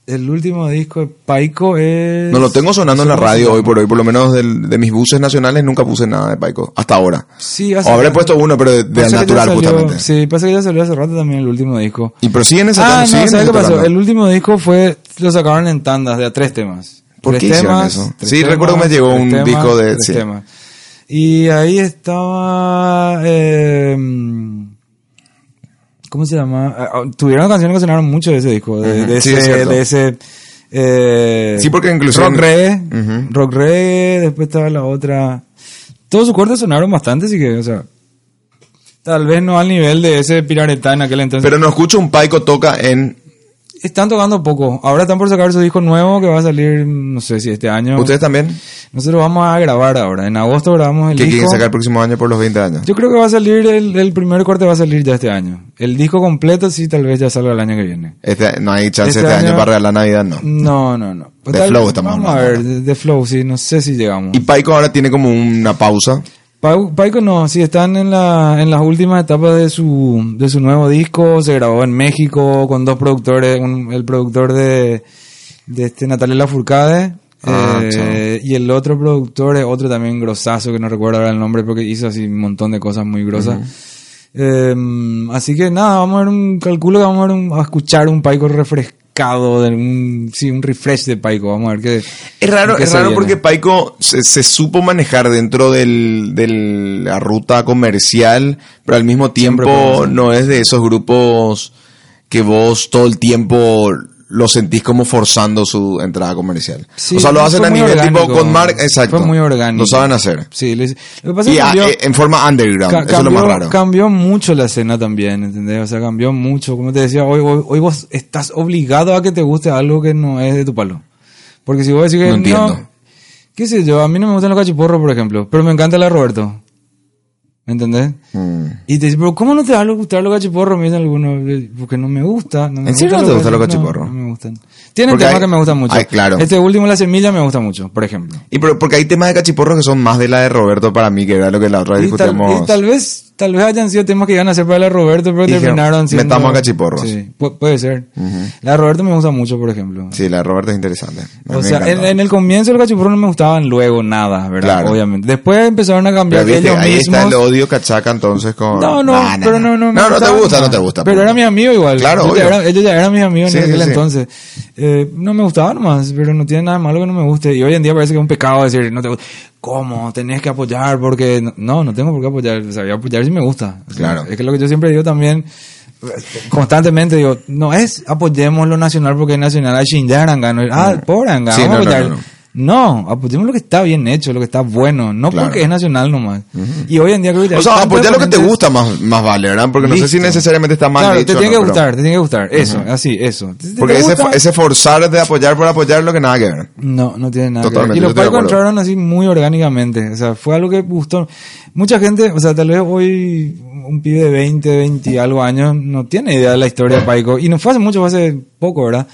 Speaker 3: El último disco de Paico es...
Speaker 2: No lo tengo sonando en la
Speaker 3: ¿Cómo se
Speaker 2: radio
Speaker 3: llama?
Speaker 2: hoy por hoy, por lo menos del- de mis buses nacionales nunca puse nada de Paico, hasta ahora.
Speaker 3: Sí, hace
Speaker 2: O habré
Speaker 3: rato.
Speaker 2: puesto uno, pero de, de
Speaker 3: Pasa
Speaker 2: al
Speaker 3: que ya
Speaker 2: natural
Speaker 3: salió-
Speaker 2: justamente.
Speaker 3: Sí, pasa que ya salió hace rato también el último disco.
Speaker 2: Y pero siguen sacando,
Speaker 3: Ah, no,
Speaker 2: siguen
Speaker 3: ¿sabes qué pasó?
Speaker 2: sacando.
Speaker 3: El último disco fue, lo sacaron en tandas de a tres temas.
Speaker 2: ¿Por
Speaker 3: Tres
Speaker 2: qué hicieron eso? Sí, recuerdo que me llegó
Speaker 3: tres
Speaker 2: un disco de-
Speaker 3: tres
Speaker 2: sí.
Speaker 3: temas. Y ahí estaba, eh, ¿cómo se llama? Ah, ah, Tuvieron canciones que sonaron mucho de ese disco, de, de
Speaker 2: Ujú, sí, es
Speaker 3: ese,
Speaker 2: cierto.
Speaker 3: de ese, eh,
Speaker 2: Sí, porque incluso-
Speaker 3: Rock reggae,
Speaker 2: Ujú.
Speaker 3: rock reggae, después estaba la otra. Todos sus cortes sonaron bastante, así que, o sea, tal vez no al nivel de ese Piraretá en aquel entonces.
Speaker 2: Pero no escucho un Paico toca en...
Speaker 3: Están tocando poco. Ahora están por sacar su disco nuevo que va a salir, no sé si este año.
Speaker 2: ¿Ustedes también?
Speaker 3: Nosotros vamos a grabar ahora. En agosto grabamos el
Speaker 2: ¿Qué
Speaker 3: disco.
Speaker 2: quieren sacar el próximo año por los 20 años?
Speaker 3: Yo creo que va a salir, el, el primer corte va a salir ya este año. El disco completo sí, tal vez ya salga el año que viene.
Speaker 2: Este- no hay chance
Speaker 3: Este
Speaker 2: este, año,
Speaker 3: año-
Speaker 2: para regalar Navidad, no.
Speaker 3: No, no, no.
Speaker 2: De Flow estamos
Speaker 3: Vamos a
Speaker 2: hablando
Speaker 3: ver, de, de Flow, sí, no sé si llegamos.
Speaker 2: Y Paico ahora tiene como una pausa.
Speaker 3: Pau- Paico no, sí, están en, la, en las últimas etapas de su, de su nuevo disco. Se grabó en México con dos productores, un- el productor de, de este Natalia Lafourcade
Speaker 2: Ah,
Speaker 3: eh, y el otro productor es otro también grosazo que no recuerdo ahora el nombre porque hizo así un montón de cosas muy grosas. Eh, así que nada, vamos a ver un calculo que vamos a, ver un- a escuchar un Paico refrescado, de un, sí, un refresh de Paico. Vamos a ver qué.
Speaker 2: Es raro,
Speaker 3: qué
Speaker 2: es
Speaker 3: se
Speaker 2: raro
Speaker 3: viene.
Speaker 2: porque Paico se, se supo manejar dentro del- de la ruta comercial, pero al mismo tiempo no es de esos grupos que vos todo el tiempo lo sentís como forzando su entrada comercial.
Speaker 3: Sí,
Speaker 2: o sea, lo hacen
Speaker 3: fue
Speaker 2: a
Speaker 3: muy
Speaker 2: nivel tipo
Speaker 3: orgánico.
Speaker 2: con Mark, exacto.
Speaker 3: Fue muy orgánico.
Speaker 2: Lo saben hacer.
Speaker 3: Sí, le- lo que pasa
Speaker 2: Y
Speaker 3: es que
Speaker 2: a-
Speaker 3: cambió-
Speaker 2: eh, en forma underground,
Speaker 3: Ca-
Speaker 2: eso es lo más raro.
Speaker 3: cambió mucho la escena también, ¿entendés? O sea, cambió mucho. Como te decía, hoy, hoy, hoy vos estás obligado a que te guste algo que no es de tu palo. Porque si vos decís que
Speaker 2: No
Speaker 3: no...
Speaker 2: entiendo.
Speaker 3: ¿Qué sé yo? A mí no me gustan los cachiporros, por ejemplo. Pero me encanta la Roberto. ¿Me entendés?
Speaker 2: Mm.
Speaker 3: Y te dicen, pero ¿cómo no te va a gustar los cachiporros? Me dicen algunos, porque no me gusta. No me
Speaker 2: ¿En serio
Speaker 3: gustan
Speaker 2: no te gustan los
Speaker 3: no,
Speaker 2: cachiporros?
Speaker 3: No, me gustan. Tienen
Speaker 2: Porque
Speaker 3: temas
Speaker 2: hay-
Speaker 3: que me gustan mucho.
Speaker 2: hay- claro.
Speaker 3: Este último, La Semilla, me gusta mucho, por ejemplo.
Speaker 2: Y pero- porque hay temas de cachiporros que son más de la de Roberto para mí, que era lo que la otra vez
Speaker 3: Y tal,
Speaker 2: discutíamos.
Speaker 3: y tal vez tal vez hayan sido temas que iban a hacer para la Roberto, pero
Speaker 2: Dijeron,
Speaker 3: terminaron siendo...
Speaker 2: "Metamos a cachiporros".
Speaker 3: Sí, pu- puede ser. La de Roberto me gusta mucho, por ejemplo.
Speaker 2: Sí, la de Roberto es interesante. A mí
Speaker 3: o
Speaker 2: me
Speaker 3: sea, en,
Speaker 2: encantaba.
Speaker 3: en el comienzo los cachiporros no me gustaban luego nada, ¿verdad?
Speaker 2: Claro.
Speaker 3: Obviamente. Después empezaron a cambiar
Speaker 2: Pero viste,
Speaker 3: ellos
Speaker 2: ahí
Speaker 3: mismos.
Speaker 2: está el odio cachaca entonces con...
Speaker 3: No, no,
Speaker 2: Nah, nah,
Speaker 3: pero no, no.
Speaker 2: No, no, te
Speaker 3: gustaba
Speaker 2: gusta,
Speaker 3: nada.
Speaker 2: no te gusta.
Speaker 3: Pero
Speaker 2: punto.
Speaker 3: era mi amigo igual.
Speaker 2: Claro,
Speaker 3: Yo ya
Speaker 2: obvio.
Speaker 3: era- ellos ya eran mis amigos
Speaker 2: Sí,
Speaker 3: en aquel
Speaker 2: sí, sí.
Speaker 3: entonces. Eh, no me gustaba nomás, pero no tiene nada de malo que no me guste. Y hoy en día parece que es un pecado decir, no te gusta. ¿Cómo? Tenés que apoyar porque... no- No, no tengo por qué apoyar. O sea, voy a apoyar si me gusta. O sea,
Speaker 2: Claro.
Speaker 3: Es que lo que yo siempre digo también, eh, constantemente digo, no es apoyemos lo nacional porque es nacional. Ay, Shinjaranga, no, ah, por Aranga,
Speaker 2: Sí,
Speaker 3: vamos a
Speaker 2: no, no,
Speaker 3: apoyar.
Speaker 2: no, no.
Speaker 3: No, apoyemos lo que está bien hecho, lo que está bueno, no
Speaker 2: Claro.
Speaker 3: porque es nacional nomás. Y hoy en día creo que ya
Speaker 2: O
Speaker 3: hay
Speaker 2: sea,
Speaker 3: tantos
Speaker 2: apoyar lo que te
Speaker 3: exponentes-
Speaker 2: gusta más, más vale, ¿verdad? Porque no sé si
Speaker 3: Listo.
Speaker 2: necesariamente está mal
Speaker 3: Claro,
Speaker 2: dicho,
Speaker 3: te tiene
Speaker 2: ¿no?
Speaker 3: que
Speaker 2: Pero-
Speaker 3: gustar, te tiene que gustar. Eso, así, eso. ¿Te- te-
Speaker 2: Porque
Speaker 3: te
Speaker 2: ese,
Speaker 3: gusta?
Speaker 2: ese forzar de apoyar por apoyar lo que nada que ver.
Speaker 3: No, no tiene nada que ver.
Speaker 2: Totalmente,
Speaker 3: Y
Speaker 2: yo
Speaker 3: los
Speaker 2: estoy de
Speaker 3: Paicos
Speaker 2: acuerdo.
Speaker 3: entraron así muy orgánicamente. O sea, fue algo que gustó. Mucha gente, o sea, tal vez hoy un pibe de 20, 20 y algo años no tiene idea de la historia de Paico. Y no fue hace mucho, fue hace poco, ¿verdad?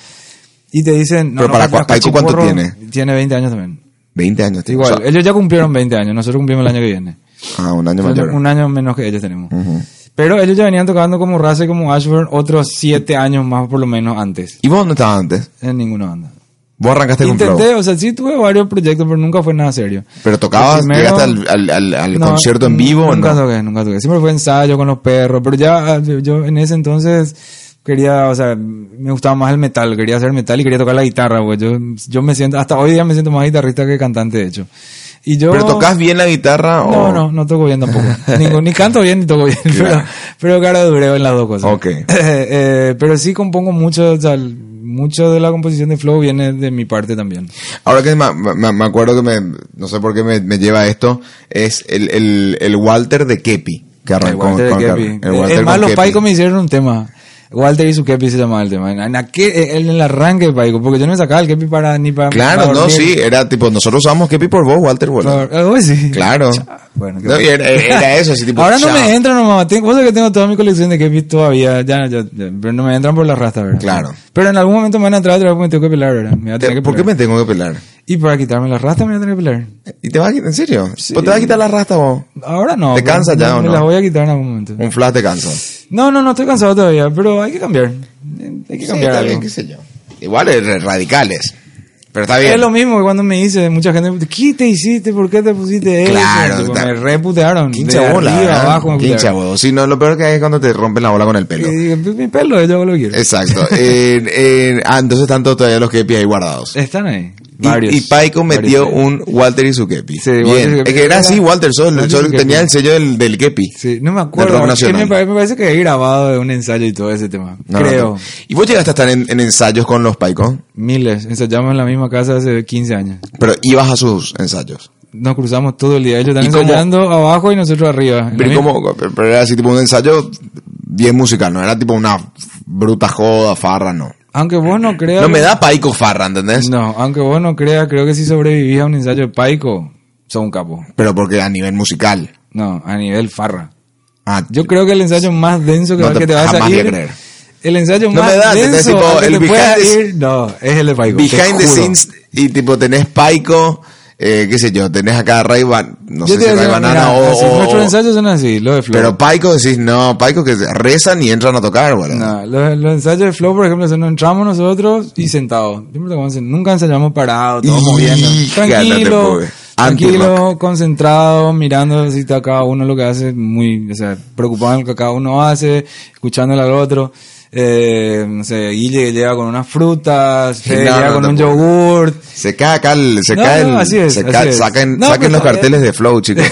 Speaker 3: Y te dicen... no,
Speaker 2: Pero
Speaker 3: no,
Speaker 2: para
Speaker 3: no,
Speaker 2: cua- Paico, ¿cuánto
Speaker 3: cachiporro
Speaker 2: tiene?
Speaker 3: Tiene 20 años también.
Speaker 2: 20 años, tío.
Speaker 3: Igual,
Speaker 2: O sea,
Speaker 3: ellos ya cumplieron 20 años, nosotros cumplimos el año que viene.
Speaker 2: ah, un año mayor.
Speaker 3: Un año menos que ellos tenemos.
Speaker 2: Ujú.
Speaker 3: Pero ellos ya venían tocando como Raza y como Ashburn otros 7 años más por lo menos antes.
Speaker 2: ¿Y vos dónde estabas antes?
Speaker 3: En ninguna banda.
Speaker 2: Vos arrancaste con
Speaker 3: Intenté,
Speaker 2: Este Flow.
Speaker 3: o sea, sí tuve varios proyectos, pero nunca fue nada serio.
Speaker 2: Pero tocabas,
Speaker 3: Primero-
Speaker 2: llegaste al, al- al- al
Speaker 3: No,
Speaker 2: concierto en vivo, ¿o
Speaker 3: nunca
Speaker 2: ¿no?
Speaker 3: toqué, nunca toqué. Siempre fue ensayo con los perros, pero ya ah, yo- yo en ese entonces quería, o sea, me gustaba más el metal, quería hacer metal y quería tocar la guitarra, güey. Yo, yo me siento, hasta hoy día me siento más guitarrista que cantante, de hecho. Y yo...
Speaker 2: ¿Pero tocas bien la guitarra o...?
Speaker 3: No, no, no toco bien tampoco. Ningún- ni canto bien ni toco bien, pero,
Speaker 2: Oh. Claro.
Speaker 3: pero cara dureo en las dos cosas.
Speaker 2: Ok.
Speaker 3: Eh, eh, pero sí compongo mucho, o sea, mucho de la composición de Flow viene de mi parte también.
Speaker 2: Ahora que me, me- me acuerdo que me, no sé por qué me, me lleva esto, es el, el, el Walter de Kepi. Que arrancó
Speaker 3: Walter de
Speaker 2: Ah, con-
Speaker 3: Kepi.
Speaker 2: el Walter
Speaker 3: Es más,
Speaker 2: con
Speaker 3: los
Speaker 2: Kepi.
Speaker 3: Paico me hicieron un tema. Walter y su Kepi se llamaba el tema. En, aquel, en el arranque de Paico, porque yo no me sacaba el Kepi para ni para.
Speaker 2: Claro,
Speaker 3: para
Speaker 2: no,
Speaker 3: dormir.
Speaker 2: sí, era tipo, nosotros usamos Kepi por vos, Walter. boludo.
Speaker 3: Para- ah, vos sí.
Speaker 2: Claro.
Speaker 3: Bueno, qué
Speaker 2: No, y era, era eso, así tipo.
Speaker 3: Ahora no
Speaker 2: chao.
Speaker 3: me entran nomás. Tengo, vos sabés que tengo toda mi colección de Kepis todavía. Ya, ya, ya, pero no me entran por las rastas, ¿verdad?
Speaker 2: Claro.
Speaker 3: Pero en algún momento me van a entrar otra vez porque tengo que pelar, ¿verdad? Me voy a tener que
Speaker 2: ¿Por qué
Speaker 3: pelar.
Speaker 2: me tengo que pelar?
Speaker 3: Y para quitarme las rastas me voy a tener que pelar.
Speaker 2: ¿Y te vas a quitar? ¿En serio? ¿Pues ¿Te vas a quitar la rasta vos?
Speaker 3: Ahora no.
Speaker 2: ¿Te
Speaker 3: pero
Speaker 2: cansa
Speaker 3: me-
Speaker 2: ya o
Speaker 3: Me
Speaker 2: no? Eh.
Speaker 3: las voy a quitar en algún momento.
Speaker 2: Un flash te cansa.
Speaker 3: No, no, no estoy cansado todavía, pero hay que cambiar. Eh, Hay que
Speaker 2: Sí,
Speaker 3: cambiar
Speaker 2: está
Speaker 3: algo.
Speaker 2: bien, qué sé yo. Igual es radicales. Pero está bien.
Speaker 3: Es lo mismo que cuando me dice mucha gente, ¿qué te hiciste? ¿Por qué te pusiste eso?
Speaker 2: Claro,
Speaker 3: Tipo,
Speaker 2: está-
Speaker 3: me reputearon.
Speaker 2: Quincha
Speaker 3: de
Speaker 2: bola.
Speaker 3: arriba,
Speaker 2: ¿verdad?
Speaker 3: abajo me
Speaker 2: Quincha
Speaker 3: putearon.
Speaker 2: bola. Sí, no, lo peor que hay es cuando te rompen la bola con el pelo.
Speaker 3: Y dije, "Pues, mi pelo, yo hago lo que quiero.
Speaker 2: Exacto. Eh, eh, ah, entonces están todos todavía los kepi ahí guardados.
Speaker 3: Están ahí.
Speaker 2: Y-
Speaker 3: Varios.
Speaker 2: Y, Paico metió
Speaker 3: Varios.
Speaker 2: un Walter y su kepi.
Speaker 3: Sí,
Speaker 2: Bien.
Speaker 3: Walter y su kepi.
Speaker 2: Es que era así, Walter Sol.
Speaker 3: Walter y
Speaker 2: Sol
Speaker 3: su kepi.
Speaker 2: tenía el sello del, del kepi.
Speaker 3: Sí, no me
Speaker 2: Del rock
Speaker 3: acuerdo. Es que
Speaker 2: nacional.
Speaker 3: me, pare- me parece que he grabado de un ensayo y todo ese tema.
Speaker 2: No, no,
Speaker 3: Creo.
Speaker 2: no. ¿Y vos llegaste a estar en, en ensayos con los Paico?
Speaker 3: Miles. Ensayamos en la misma casa hace 15 años.
Speaker 2: Pero ibas a sus ensayos.
Speaker 3: Nos cruzamos todo el día. Ellos están
Speaker 2: ¿Y cómo?
Speaker 3: ensayando abajo y nosotros arriba. En la
Speaker 2: Pero,
Speaker 3: misma-
Speaker 2: como, pero era así, tipo un ensayo bien musical, no era tipo una bruta joda, farra, no.
Speaker 3: Aunque vos no creas.
Speaker 2: No me da Paico farra, ¿entendés?
Speaker 3: No, aunque vos no creas, creo que si sobrevivís a un ensayo de Paico, son un capo.
Speaker 2: Pero porque a nivel musical.
Speaker 3: No, a nivel farra.
Speaker 2: Ah,
Speaker 3: Yo creo que el ensayo más denso que,
Speaker 2: No
Speaker 3: va-
Speaker 2: te-
Speaker 3: que te va a
Speaker 2: jamás voy a
Speaker 3: salir.
Speaker 2: creer.
Speaker 3: El ensayo
Speaker 2: No
Speaker 3: más
Speaker 2: me da, te- te-
Speaker 3: denso
Speaker 2: tipo,
Speaker 3: al que
Speaker 2: el
Speaker 3: te pueda
Speaker 2: behind the-
Speaker 3: ir, no, es el de Paico. te
Speaker 2: behind the
Speaker 3: juro.
Speaker 2: scenes y tipo tenés Paico, eh, qué sé yo, tenés acá Ray Ban, no
Speaker 3: Yo
Speaker 2: sé
Speaker 3: te
Speaker 2: si
Speaker 3: digo,
Speaker 2: Ray
Speaker 3: mira,
Speaker 2: Banana o,
Speaker 3: así,
Speaker 2: o-
Speaker 3: Nuestros ensayos son así, lo de Flow.
Speaker 2: pero Paico decís, no, Paico que rezan y entran a tocar, boludo.
Speaker 3: No, los, los ensayos de Flow, por ejemplo, son, nos entramos nosotros y sentados. Siempre tocamos sen- nunca ensayamos parados, todos
Speaker 2: Híjate,
Speaker 3: moviendo.
Speaker 2: te
Speaker 3: Tranquilo,
Speaker 2: pude.
Speaker 3: tranquilo,
Speaker 2: Anti-rock.
Speaker 3: concentrado, mirando si está cada uno lo que hace, muy, o sea, preocupado en lo que cada uno hace, escuchándole al otro. Eh, no sé, Guille que llega con unas frutas, Fede
Speaker 2: No,
Speaker 3: llega
Speaker 2: no,
Speaker 3: con
Speaker 2: no
Speaker 3: un
Speaker 2: puedo.
Speaker 3: yogurt.
Speaker 2: Se cae acá, el, se
Speaker 3: No,
Speaker 2: cae
Speaker 3: no,
Speaker 2: el-
Speaker 3: así es,
Speaker 2: se
Speaker 3: así
Speaker 2: cae-
Speaker 3: es.
Speaker 2: saquen,
Speaker 3: No,
Speaker 2: saquen
Speaker 3: pero
Speaker 2: los
Speaker 3: está
Speaker 2: carteles de Flow, chicos.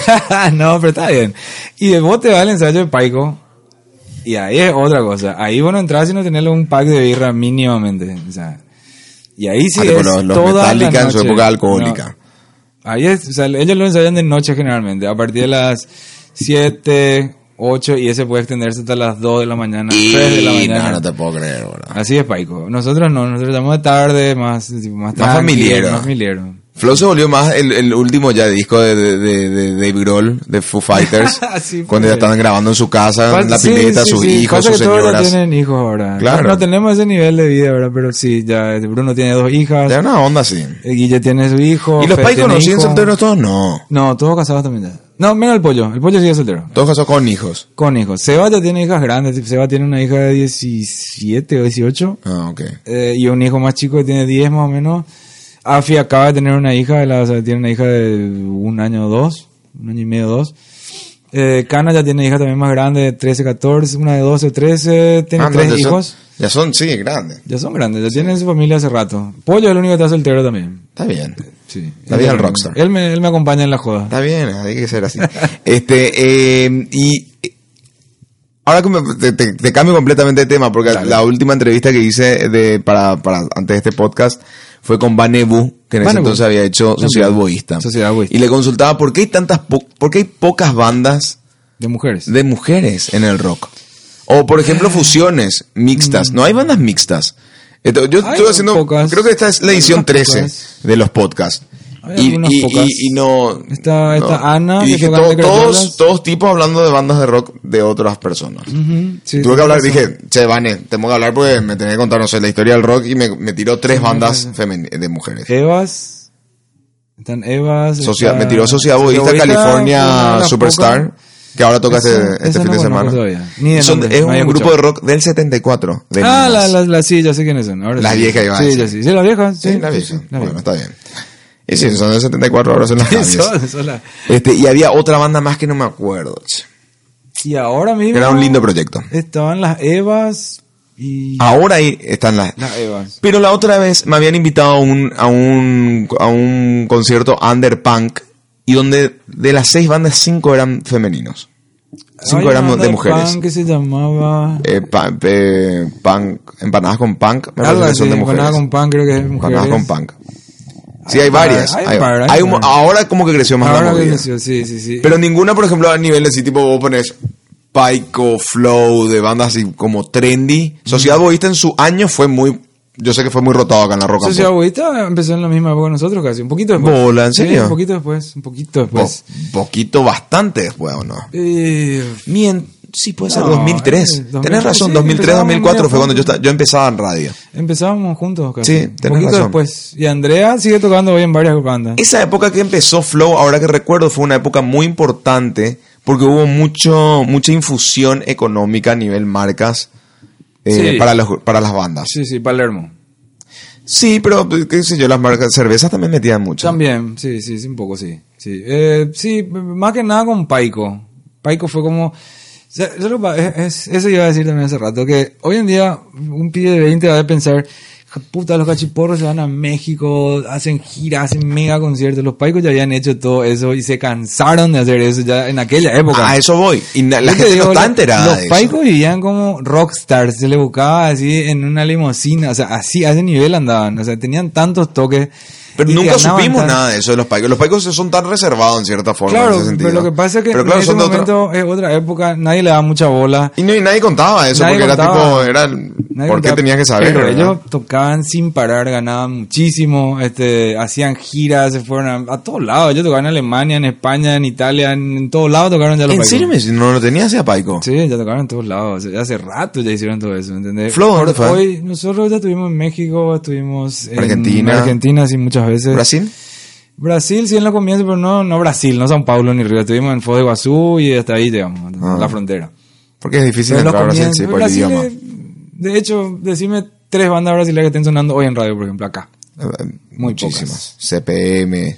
Speaker 3: no, pero está bien. Y de vos te va el ensayo de Paico. Y ahí es otra cosa. Ahí vos no entras sino tener un pack de birra mínimamente. O sea, y ahí sí
Speaker 2: Ah, tipo
Speaker 3: es
Speaker 2: los- los
Speaker 3: toda la
Speaker 2: Metallica en su
Speaker 3: noche.
Speaker 2: época alcohólica.
Speaker 3: No. ahí es, o sea, ellos lo ensayan de noche generalmente. A partir de las 7, 8 y ese puede extenderse hasta las 2 de la mañana, 3 de la
Speaker 2: Y
Speaker 3: mañana.
Speaker 2: no, no te puedo creer, boludo.
Speaker 3: Así es, Paico. Nosotros no, nosotros estamos de tarde, más, tipo, más,
Speaker 2: Más
Speaker 3: tranquilo,
Speaker 2: familiero.
Speaker 3: Más familiero.
Speaker 2: Flow se volvió más el, el último ya disco de, de, de, de Dave Grohl, de Foo Fighters,
Speaker 3: Ah, Sí,
Speaker 2: cuando ya
Speaker 3: fue.
Speaker 2: estaban grabando en su casa, en la
Speaker 3: Sí,
Speaker 2: pileta,
Speaker 3: sí,
Speaker 2: sus
Speaker 3: sí.
Speaker 2: hijos,
Speaker 3: Pasa
Speaker 2: sus
Speaker 3: que todos ya
Speaker 2: señoras.
Speaker 3: tienen hijos ahora.
Speaker 2: Claro.
Speaker 3: No, no tenemos ese nivel de vida ahora, pero sí, ya eh, Bruno tiene dos hijas,
Speaker 2: Ya una onda así.
Speaker 3: eh, Guille tiene su hijo.
Speaker 2: ¿Y los
Speaker 3: Fede
Speaker 2: pais
Speaker 3: tiene
Speaker 2: conocían
Speaker 3: hijo.
Speaker 2: solteros todos? No.
Speaker 3: No, todos casados también ya. No, menos el pollo, el pollo sigue soltero.
Speaker 2: Todos casados con hijos.
Speaker 3: Con hijos. Seba ya tiene hijas grandes, tipo, Seba tiene una hija de 17 o 18
Speaker 2: Ah, ok.
Speaker 3: eh, y un hijo más chico que tiene 10 más o menos. Afi acaba de tener una hija, de la- o sea, tiene una hija de un año o dos, un año y medio o dos. Eh, Cana ya tiene hija también más grande, de 13, 14, una de 12 o 13, tiene
Speaker 2: Ah, no,
Speaker 3: tres
Speaker 2: ya son-
Speaker 3: hijos.
Speaker 2: ya son, sí, grandes.
Speaker 3: Ya son grandes, ya tienen su familia hace rato. Pollo es el único que está soltero también.
Speaker 2: Está bien.
Speaker 3: Sí.
Speaker 2: La vida
Speaker 3: Él-
Speaker 2: del rockstar.
Speaker 3: Él me, él me acompaña en la joda.
Speaker 2: Está bien, hay que ser así. este, eh, y eh, ahora que me- te, te- te cambio completamente de tema, porque la última entrevista que hice de, para, para antes de este podcast fue con Banebu, que en ese
Speaker 3: Banebu.
Speaker 2: entonces había hecho Sociedad
Speaker 3: También.
Speaker 2: Boísta.
Speaker 3: Sociedad Boísta.
Speaker 2: Y le consultaba por qué hay tantas, po- por qué hay pocas bandas
Speaker 3: De mujeres.
Speaker 2: de mujeres en el rock. O, por
Speaker 3: Ah.
Speaker 2: ejemplo, fusiones mixtas. No hay bandas mixtas. Esto- Yo
Speaker 3: Mm. Hay
Speaker 2: estoy haciendo.
Speaker 3: pocas.
Speaker 2: Creo que esta es la
Speaker 3: Hay
Speaker 2: edición
Speaker 3: unas
Speaker 2: 13
Speaker 3: pocas.
Speaker 2: de los podcasts.
Speaker 3: Hay
Speaker 2: Y,
Speaker 3: algunas
Speaker 2: y- y-
Speaker 3: pocas.
Speaker 2: y no.
Speaker 3: Está- está
Speaker 2: no.
Speaker 3: Ana, que
Speaker 2: Y dije,
Speaker 3: tocan
Speaker 2: to-
Speaker 3: de
Speaker 2: todos,
Speaker 3: Carcassonne.
Speaker 2: todos tipos hablando de bandas de rock de otras personas.
Speaker 3: Ujú, sí,
Speaker 2: Tuve
Speaker 3: tiene
Speaker 2: que hablar,
Speaker 3: razón.
Speaker 2: dije, che, Vane, tengo que hablar porque me tenés que contar, no sé, la historia del rock y me, me tiró tres bandas femen- de mujeres.
Speaker 3: Evas. Están Evas.
Speaker 2: Socia-
Speaker 3: está-
Speaker 2: me tiró Sociedad Boísta,
Speaker 3: Boísta,
Speaker 2: California
Speaker 3: una de las
Speaker 2: Superstar.
Speaker 3: pocas.
Speaker 2: que ahora toca
Speaker 3: Ese-
Speaker 2: este, este
Speaker 3: ese
Speaker 2: fin
Speaker 3: no
Speaker 2: de
Speaker 3: conozco
Speaker 2: semana.
Speaker 3: todavía. Ni de
Speaker 2: Son-
Speaker 3: nombre,
Speaker 2: es
Speaker 3: no
Speaker 2: un
Speaker 3: había
Speaker 2: grupo
Speaker 3: escuchado.
Speaker 2: de rock del 74. de
Speaker 3: Ah,
Speaker 2: Minas.
Speaker 3: la, la, la- sí, ya sé quiénes son. Ahora
Speaker 2: Las
Speaker 3: sí.
Speaker 2: viejas iban a
Speaker 3: Sí,
Speaker 2: decir.
Speaker 3: ya sí. Sí, las viejas. Sí,
Speaker 2: Sí, la vieja.
Speaker 3: sí, la
Speaker 2: Bueno,
Speaker 3: vieja.
Speaker 2: está bien. Y sí, son del 74, ahora son las
Speaker 3: Sí,
Speaker 2: viejas.
Speaker 3: son- son las-
Speaker 2: Este, y había otra banda más que no me acuerdo. che.
Speaker 3: Y ahora mismo.
Speaker 2: Era un lindo Ah. proyecto.
Speaker 3: Estaban las Evas y.
Speaker 2: Ahora ahí están las...
Speaker 3: Las Evas.
Speaker 2: Pero la otra vez me habían invitado a un, a un, a un concierto underpunk y donde de las seis bandas, cinco eran femeninos. Cinco
Speaker 3: Había
Speaker 2: eran
Speaker 3: una
Speaker 2: de
Speaker 3: banda
Speaker 2: mujeres.
Speaker 3: punk que se llamaba.
Speaker 2: Eh, pa- eh, punk, empanadas con punk, me
Speaker 3: Algo
Speaker 2: parece que
Speaker 3: así,
Speaker 2: son de mujeres.
Speaker 3: empanada con pan, creo que es mujeres.
Speaker 2: Empanadas con punk. Sí, hay,
Speaker 3: par,
Speaker 2: varias.
Speaker 3: hay
Speaker 2: Hay-
Speaker 3: par, hay
Speaker 2: hay un-
Speaker 3: par.
Speaker 2: ahora como que creció más la
Speaker 3: Ahora que
Speaker 2: movida.
Speaker 3: nació, sí, sí, sí.
Speaker 2: Pero ninguna, por ejemplo, a nivel así, tipo vos pones Paico, Flow, de bandas así como trendy. Sociedad Boísta en su año fue muy, yo sé que fue muy rotado acá en la roca.
Speaker 3: Sociedad Budista empezó en la misma época que nosotros casi, un poquito después.
Speaker 2: Bola, ¿en
Speaker 3: Sí,
Speaker 2: serio?
Speaker 3: un poquito después, un poquito después.
Speaker 2: poquito, bastante después, ¿o no?
Speaker 3: Eh,
Speaker 2: Mien- sí, puede ser
Speaker 3: No,
Speaker 2: 2003.
Speaker 3: eh, 2003,
Speaker 2: Tenés razón,
Speaker 3: sí,
Speaker 2: 2003,
Speaker 3: empezábamos
Speaker 2: 2004 fue
Speaker 3: medio
Speaker 2: cuando yo, esta- yo empezaba en radio.
Speaker 3: empezábamos juntos casi.
Speaker 2: Sí,
Speaker 3: un
Speaker 2: tenés
Speaker 3: poquito
Speaker 2: razón.
Speaker 3: después. Y Andrea sigue tocando hoy en varias bandas.
Speaker 2: Esa época que empezó Flow, ahora que recuerdo, fue una época muy importante porque hubo mucho, mucha infusión económica a nivel marcas eh,
Speaker 3: Sí.
Speaker 2: para, los, para las bandas.
Speaker 3: Sí, sí, Palermo.
Speaker 2: Sí, pero pues, qué sé yo, las marcas cervezas también metían mucho.
Speaker 3: También, sí, sí, sí, un poco, sí. Sí, Eh, sí más que nada con Paico. Paico fue como... se- se lo pa- es- es- Eso iba a decir también hace rato, que hoy en día un pibe de 20 va a pensar, "Ja, puta, los cachiporros se van a México, hacen giras, hacen mega conciertos. Los Paicos ya habían hecho todo eso y se cansaron de hacer eso ya en aquella época.
Speaker 2: A Ah, eso voy. Y na- la
Speaker 3: Yo te
Speaker 2: gente no
Speaker 3: digo,
Speaker 2: está
Speaker 3: lo-
Speaker 2: enterada.
Speaker 3: Los
Speaker 2: de eso.
Speaker 3: paicos vivían como rockstars, se le buscaba así en una limusina, o sea, así, a ese nivel andaban, o sea, tenían tantos toques.
Speaker 2: Pero
Speaker 3: y
Speaker 2: nunca
Speaker 3: ganaban
Speaker 2: supimos
Speaker 3: tan-
Speaker 2: nada de eso de los paicos. Los paicos son tan reservados en cierta forma. en
Speaker 3: Claro,
Speaker 2: ese sentido.
Speaker 3: pero lo que pasa es que
Speaker 2: Pero claro,
Speaker 3: en ese
Speaker 2: son de otra-
Speaker 3: momento es otra época, nadie le da mucha bola.
Speaker 2: Y, no- y nadie contaba eso
Speaker 3: Nadie
Speaker 2: porque
Speaker 3: contaba.
Speaker 2: era tipo. Era,
Speaker 3: Nadie
Speaker 2: ¿Por qué
Speaker 3: contaba,
Speaker 2: tenías que saber?
Speaker 3: Pero
Speaker 2: verdad?
Speaker 3: ellos tocaban sin parar, ganaban muchísimo, este, hacían giras, se fueron a, a todos lados. Ellos tocaban en Alemania, en España, en Italia, en, en todos lados tocaron ya los
Speaker 2: ¿En
Speaker 3: paicos.
Speaker 2: serio me decís? no lo tenías a paico?
Speaker 3: Sí, ya tocaron en todos lados. Ya hace rato ya hicieron todo eso, ¿entendés?
Speaker 2: Flow, ¿dónde
Speaker 3: Ahora,
Speaker 2: fue?
Speaker 3: Hoy nosotros ya estuvimos en México, estuvimos en
Speaker 2: Argentina.
Speaker 3: Argentina, sí, muchas veces.
Speaker 2: ¿Brasil?
Speaker 3: Brasil, sí, en la comienzo, pero no, no Brasil, no San Pablo ni Río. Estuvimos en Foz de Iguazú y hasta ahí llegamos,
Speaker 2: Ah.
Speaker 3: la frontera.
Speaker 2: Porque es difícil
Speaker 3: Pero en los
Speaker 2: entrar a Brasil,
Speaker 3: comienzos-
Speaker 2: sí, por el
Speaker 3: Brasil
Speaker 2: idioma.
Speaker 3: es- de hecho, decime tres bandas brasileñas que estén sonando hoy en radio, por ejemplo, acá.
Speaker 2: Eh,
Speaker 3: Muy
Speaker 2: Muchísimas. CPM,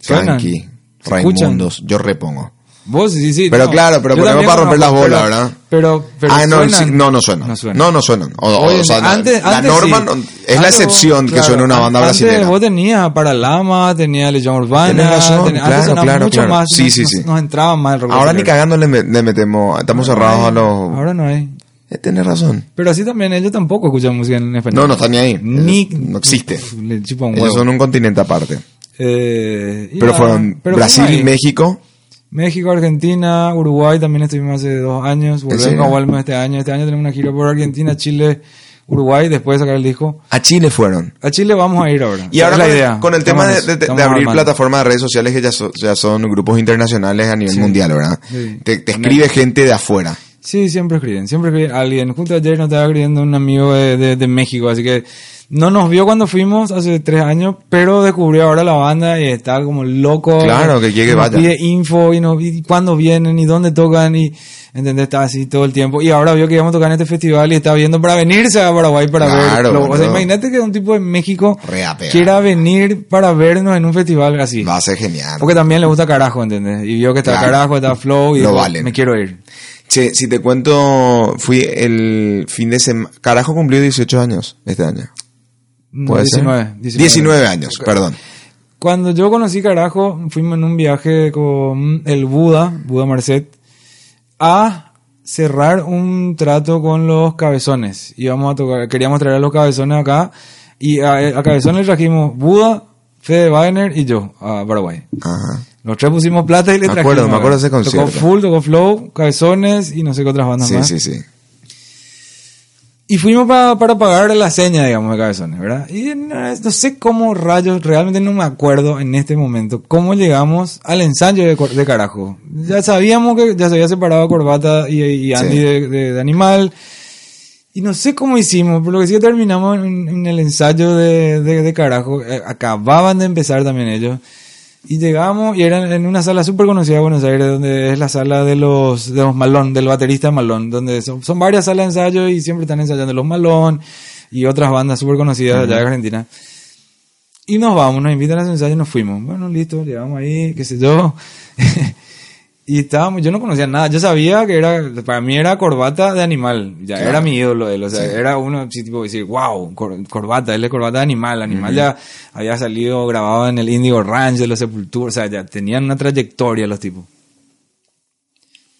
Speaker 3: Suenan.
Speaker 2: Skanky,
Speaker 3: Se escuchan.
Speaker 2: Raimundos. Yo repongo.
Speaker 3: Vos sí, sí.
Speaker 2: Pero claro, pero
Speaker 3: Yo
Speaker 2: ponemos
Speaker 3: también
Speaker 2: para romper
Speaker 3: conozco,
Speaker 2: las bolas,
Speaker 3: pero-
Speaker 2: ¿verdad?
Speaker 3: Pero, pero
Speaker 2: ah, no,
Speaker 3: suenan.
Speaker 2: sí, no, no suena.
Speaker 3: No suenan.
Speaker 2: No, no suena. O- o-
Speaker 3: Oye,
Speaker 2: o sea,
Speaker 3: antes-
Speaker 2: la
Speaker 3: antes
Speaker 2: norma
Speaker 3: sí.
Speaker 2: no- es la
Speaker 3: Antes vos-
Speaker 2: excepción que
Speaker 3: claro,
Speaker 2: suena una
Speaker 3: an-
Speaker 2: banda
Speaker 3: antes
Speaker 2: brasileña.
Speaker 3: Vos tenías a Paralama, tenías Legión Urbana.
Speaker 2: Tenés razón,
Speaker 3: tenés-
Speaker 2: claro,
Speaker 3: antes sonaba
Speaker 2: claro,
Speaker 3: mucho
Speaker 2: claro.
Speaker 3: más.
Speaker 2: Sí,
Speaker 3: nos,
Speaker 2: sí,
Speaker 3: nos-
Speaker 2: sí.
Speaker 3: Nos entraba más el rock
Speaker 2: Ahora ni
Speaker 3: brasileño.
Speaker 2: cagando le, me- le metemos. Estamos cerrados a los.
Speaker 3: Ahora no hay.
Speaker 2: Eh, tenés razón.
Speaker 3: Pero así también, ellos tampoco escuchan música en español.
Speaker 2: No, no está ni ahí.
Speaker 3: Ni,
Speaker 2: Ellos no existe.
Speaker 3: Uf, Le chupa un
Speaker 2: Ellos
Speaker 3: huevo.
Speaker 2: son un continente aparte.
Speaker 3: Eh, y
Speaker 2: Pero
Speaker 3: nada,
Speaker 2: fueron
Speaker 3: pero
Speaker 2: Brasil
Speaker 3: fuimos
Speaker 2: y
Speaker 3: ahí.
Speaker 2: México.
Speaker 3: México, Argentina, Uruguay también estuvimos hace dos años.
Speaker 2: serio?
Speaker 3: Volvemos a Walma este año. Este año tenemos una gira por Argentina, Chile, Uruguay, después de sacar el disco.
Speaker 2: A Chile fueron.
Speaker 3: A Chile vamos a ir ahora.
Speaker 2: Y ahora
Speaker 3: Es la
Speaker 2: con-
Speaker 3: idea.
Speaker 2: con el tema
Speaker 3: Estamos
Speaker 2: de,
Speaker 3: en eso.
Speaker 2: de- de
Speaker 3: Estamos
Speaker 2: abrir
Speaker 3: armando.
Speaker 2: plataformas de redes sociales que ya, so- ya son grupos internacionales a nivel mundial, ¿verdad?
Speaker 3: Sí.
Speaker 2: Te, te escribe gente de afuera.
Speaker 3: Sí, siempre escriben, siempre escriben. Alguien, justo ayer nos estaba escribiendo un amigo de, de- de México, así que no nos vio cuando fuimos hace tres años, pero descubrió ahora la banda y está como loco.
Speaker 2: Claro, que llegue,
Speaker 3: Nos
Speaker 2: vaya.
Speaker 3: Pide info y, nos, y cuándo vienen y dónde tocan y, ¿entendés? Está así todo el tiempo. Y ahora vio que íbamos a tocar en este festival y está viendo para venirse a Paraguay para
Speaker 2: Claro,
Speaker 3: ver. Flow. O sea,
Speaker 2: boludo.
Speaker 3: imagínate que un tipo de México
Speaker 2: Reapea.
Speaker 3: quiera venir para vernos en un festival así.
Speaker 2: Va a ser genial.
Speaker 3: Porque también le gusta carajo, ¿entendés? Y vio que está
Speaker 2: Claro.
Speaker 3: carajo, está flow y
Speaker 2: Lo
Speaker 3: dijo,
Speaker 2: valen.
Speaker 3: me quiero ir.
Speaker 2: Che, si te cuento, fui el fin de semana. Carajo cumplió 18 años este año.
Speaker 3: No,
Speaker 2: ¿Puede
Speaker 3: 19,
Speaker 2: ser?
Speaker 3: 19.
Speaker 2: 19 años, perdón.
Speaker 3: Cuando yo conocí Carajo, fuimos en un viaje con el Buda, Buda Marcet, a cerrar un trato con los cabezones. Íbamos a tocar, queríamos traer a los cabezones acá, y a, a cabezones trajimos Buda, Fede Wagner y yo a Paraguay.
Speaker 2: Ajá.
Speaker 3: Los tres pusimos plata y le
Speaker 2: Me
Speaker 3: trajimos.
Speaker 2: acuerdo, me acuerdo de ese concierto.
Speaker 3: Tocó Full, tocó Flow, Cabezones y no sé qué otras bandas
Speaker 2: Sí,
Speaker 3: más.
Speaker 2: sí, sí.
Speaker 3: Y fuimos pa- para pagar la seña, digamos, de cabezones, ¿verdad? Y no, no sé cómo rayos, realmente no me acuerdo en este momento cómo llegamos al ensayo de, cor- de carajo. Ya sabíamos que ya se había separado Corbata y, y Andy
Speaker 2: Sí.
Speaker 3: de, de- de Animal. Y no sé cómo hicimos, pero lo que sí que terminamos en, en el ensayo de, de- de carajo. Eh, Acababan de empezar también ellos. Y llegamos y era en una sala súper conocida de Buenos Aires, donde es la sala de los, de los Malón, del baterista Malón, donde son, son varias salas de ensayo y siempre están ensayando los Malón y otras bandas súper conocidas allá de Argentina. Y nos vamos, nos invitan a los ensayos y nos fuimos. Bueno, listo, llegamos ahí, qué sé yo. y estábamos, yo no conocía nada, yo sabía que era, para mí era corbata de animal, ya era mi ídolo él, o sea, era uno, sí, tipo, decir, wow, cor- corbata, él es corbata de animal, animal ya había salido grabado en el Indigo Ranch de los Sepultura, o sea, ya tenían una trayectoria los tipos.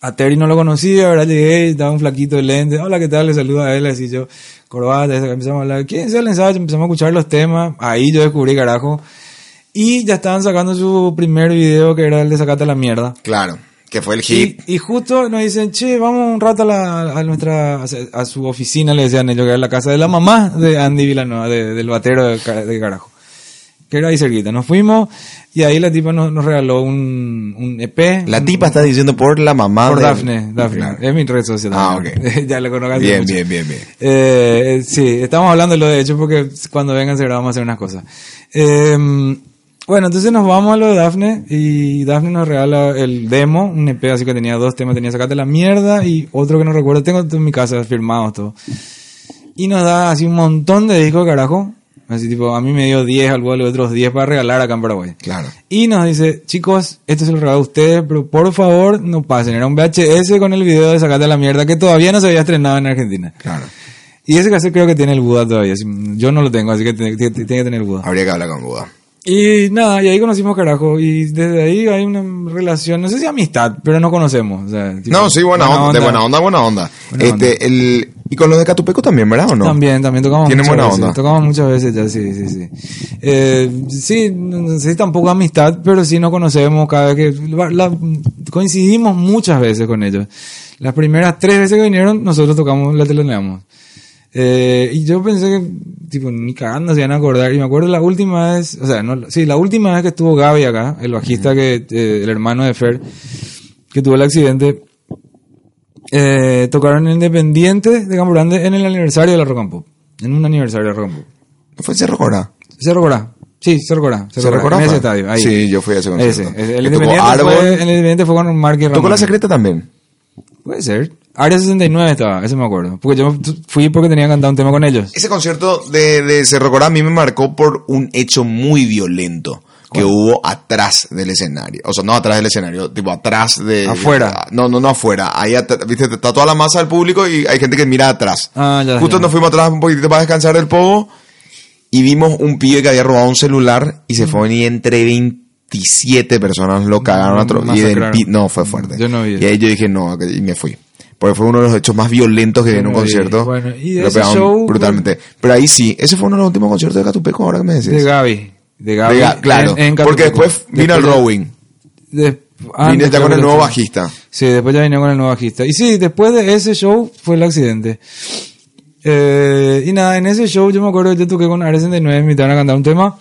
Speaker 3: A Terry no lo conocía, ahora llegué, y estaba un flaquito de lente, hola, ¿qué tal? Le saluda a él, así yo, corbata, eso, empezamos a hablar, ¿quién se el ensayo? Empezamos a escuchar los temas, ahí yo descubrí, carajo, y ya estaban sacando su primer video, que era el de Sacate a la Mierda.
Speaker 2: Claro, que fue el
Speaker 3: Y,
Speaker 2: hit.
Speaker 3: y justo nos dicen, che, vamos un rato a, la- a nuestra, a su- a su oficina, le decían ellos, que era la casa de la mamá de Andy Villanueva, de- del batero de, ca- de carajo. Que era ahí cerquita. Nos fuimos y ahí la tipa nos, nos regaló un, un EP.
Speaker 2: La
Speaker 3: un-
Speaker 2: tipa está diciendo por la mamá
Speaker 3: Por
Speaker 2: de-
Speaker 3: Dafne, Dafne.
Speaker 2: Claro.
Speaker 3: Es mi red social.
Speaker 2: Ah,
Speaker 3: también. ya lo conozco hace
Speaker 2: Bien,
Speaker 3: mucho.
Speaker 2: bien, bien, bien.
Speaker 3: Eh, eh, sí, estamos hablando de lo de hecho porque cuando vengan se vamos a hacer unas cosas. Eh, bueno, entonces nos vamos a lo de Dafne y Dafne nos regala el demo, un EP así que tenía dos temas, tenía Sacate la mierda y otro que no recuerdo, tengo en mi casa firmados todo. Y nos da así un montón de discos, carajo. Así tipo, a mí me dio 10, al Guado le dio otros 10 para regalar acá en Paraguay.
Speaker 2: Claro.
Speaker 3: Y nos dice, chicos, esto se lo regalo a ustedes, pero por favor no pasen. Era un VHS con el video de Sacate a la mierda que todavía no se había estrenado en Argentina.
Speaker 2: Claro.
Speaker 3: Y ese cassette creo que tiene el Buda todavía. si- Yo no lo tengo, así que tiene, tiene- tiene que tener el Buda.
Speaker 2: Habría que hablar con Buda.
Speaker 3: Y nada, y ahí conocimos carajo. Y desde ahí hay una relación, no sé si amistad, pero no conocemos. o sea, tipo,
Speaker 2: No, sí, buena, onda, De buena onda, buena onda.
Speaker 3: Buena
Speaker 2: este, El, y con los de Catupeco también, ¿verdad o no?
Speaker 3: También, también tocamos
Speaker 2: Tiene
Speaker 3: muchas
Speaker 2: buena
Speaker 3: veces.
Speaker 2: onda.
Speaker 3: Tocamos muchas veces ya, sí, sí, sí. Eh, sí, no no sé si tampoco amistad, pero sí nos conocemos cada vez que... la- la- coincidimos muchas veces con ellos. Las primeras tres veces que vinieron, nosotros tocamos, la teloneamos. Eh, y yo pensé que, tipo, ni cagando se iban a acordar. Y me acuerdo la última vez, o sea, no, sí, la última vez que estuvo Gaby acá, el bajista que, eh, el hermano de Fer, que tuvo el accidente, eh, tocaron en Independiente de Campo Grande en el aniversario de la Rock and Pop. En un aniversario de Rock and Pop.
Speaker 2: Fue Cerro Corá.
Speaker 3: Cerro Corá. Sí, Cerro Corá.
Speaker 2: Cerro Corá
Speaker 3: En ese
Speaker 2: fue.
Speaker 3: estadio. Ahí.
Speaker 2: Sí, yo fui a ese concierto.
Speaker 3: Ese.
Speaker 2: Que
Speaker 3: El,
Speaker 2: tocó
Speaker 3: Independiente
Speaker 2: Árbol.
Speaker 3: fue, el Independiente fue con Mark y
Speaker 2: ¿Tocó la
Speaker 3: Ramón.
Speaker 2: secreta también?
Speaker 3: Puede ser. Área 69 estaba, eso me acuerdo. Porque yo fui porque tenía que cantar un tema con ellos.
Speaker 2: Ese concierto de, de Cerro Corá a mí me marcó por un hecho muy violento que hubo atrás del escenario. O sea, no atrás del escenario, tipo atrás de... Ah,
Speaker 3: Afuera.
Speaker 2: no, no, no afuera. Ahí atr- viste, está toda la masa del público y hay gente que mira atrás.
Speaker 3: Ah, ya,
Speaker 2: Justo
Speaker 3: ya.
Speaker 2: nos fuimos atrás un poquitito para descansar del pogo y vimos un pibe que había robado un celular y
Speaker 3: Mm.
Speaker 2: se fue y entre 27 personas lo cagaron a tro-
Speaker 3: Mm,
Speaker 2: y del
Speaker 3: Masacraron.
Speaker 2: pi- No, fue fuerte.
Speaker 3: Yo no vi
Speaker 2: Y ahí yo dije, no, que- y me fui. Porque fue uno de los hechos más violentos que vi en un
Speaker 3: no vi.
Speaker 2: concierto.
Speaker 3: Bueno, y de
Speaker 2: Lo
Speaker 3: ese
Speaker 2: pegaron
Speaker 3: show,
Speaker 2: brutalmente. Pero ahí sí, ese fue uno de los últimos conciertos de Catupeco, ahora que me decís.
Speaker 3: De Gaby. De Gaby.
Speaker 2: De Ga- claro,
Speaker 3: en- en
Speaker 2: porque
Speaker 3: Catupeco.
Speaker 2: después vino el
Speaker 3: ya-
Speaker 2: Rowing.
Speaker 3: des- ah,
Speaker 2: Vine ya
Speaker 3: después
Speaker 2: con el
Speaker 3: del
Speaker 2: nuevo
Speaker 3: show.
Speaker 2: bajista.
Speaker 3: Sí, después ya vino con el nuevo bajista. Y sí, después de ese show fue el accidente. Eh, y nada, en ese show yo me acuerdo que yo toqué con Ares 69, me invitaron a cantar un tema.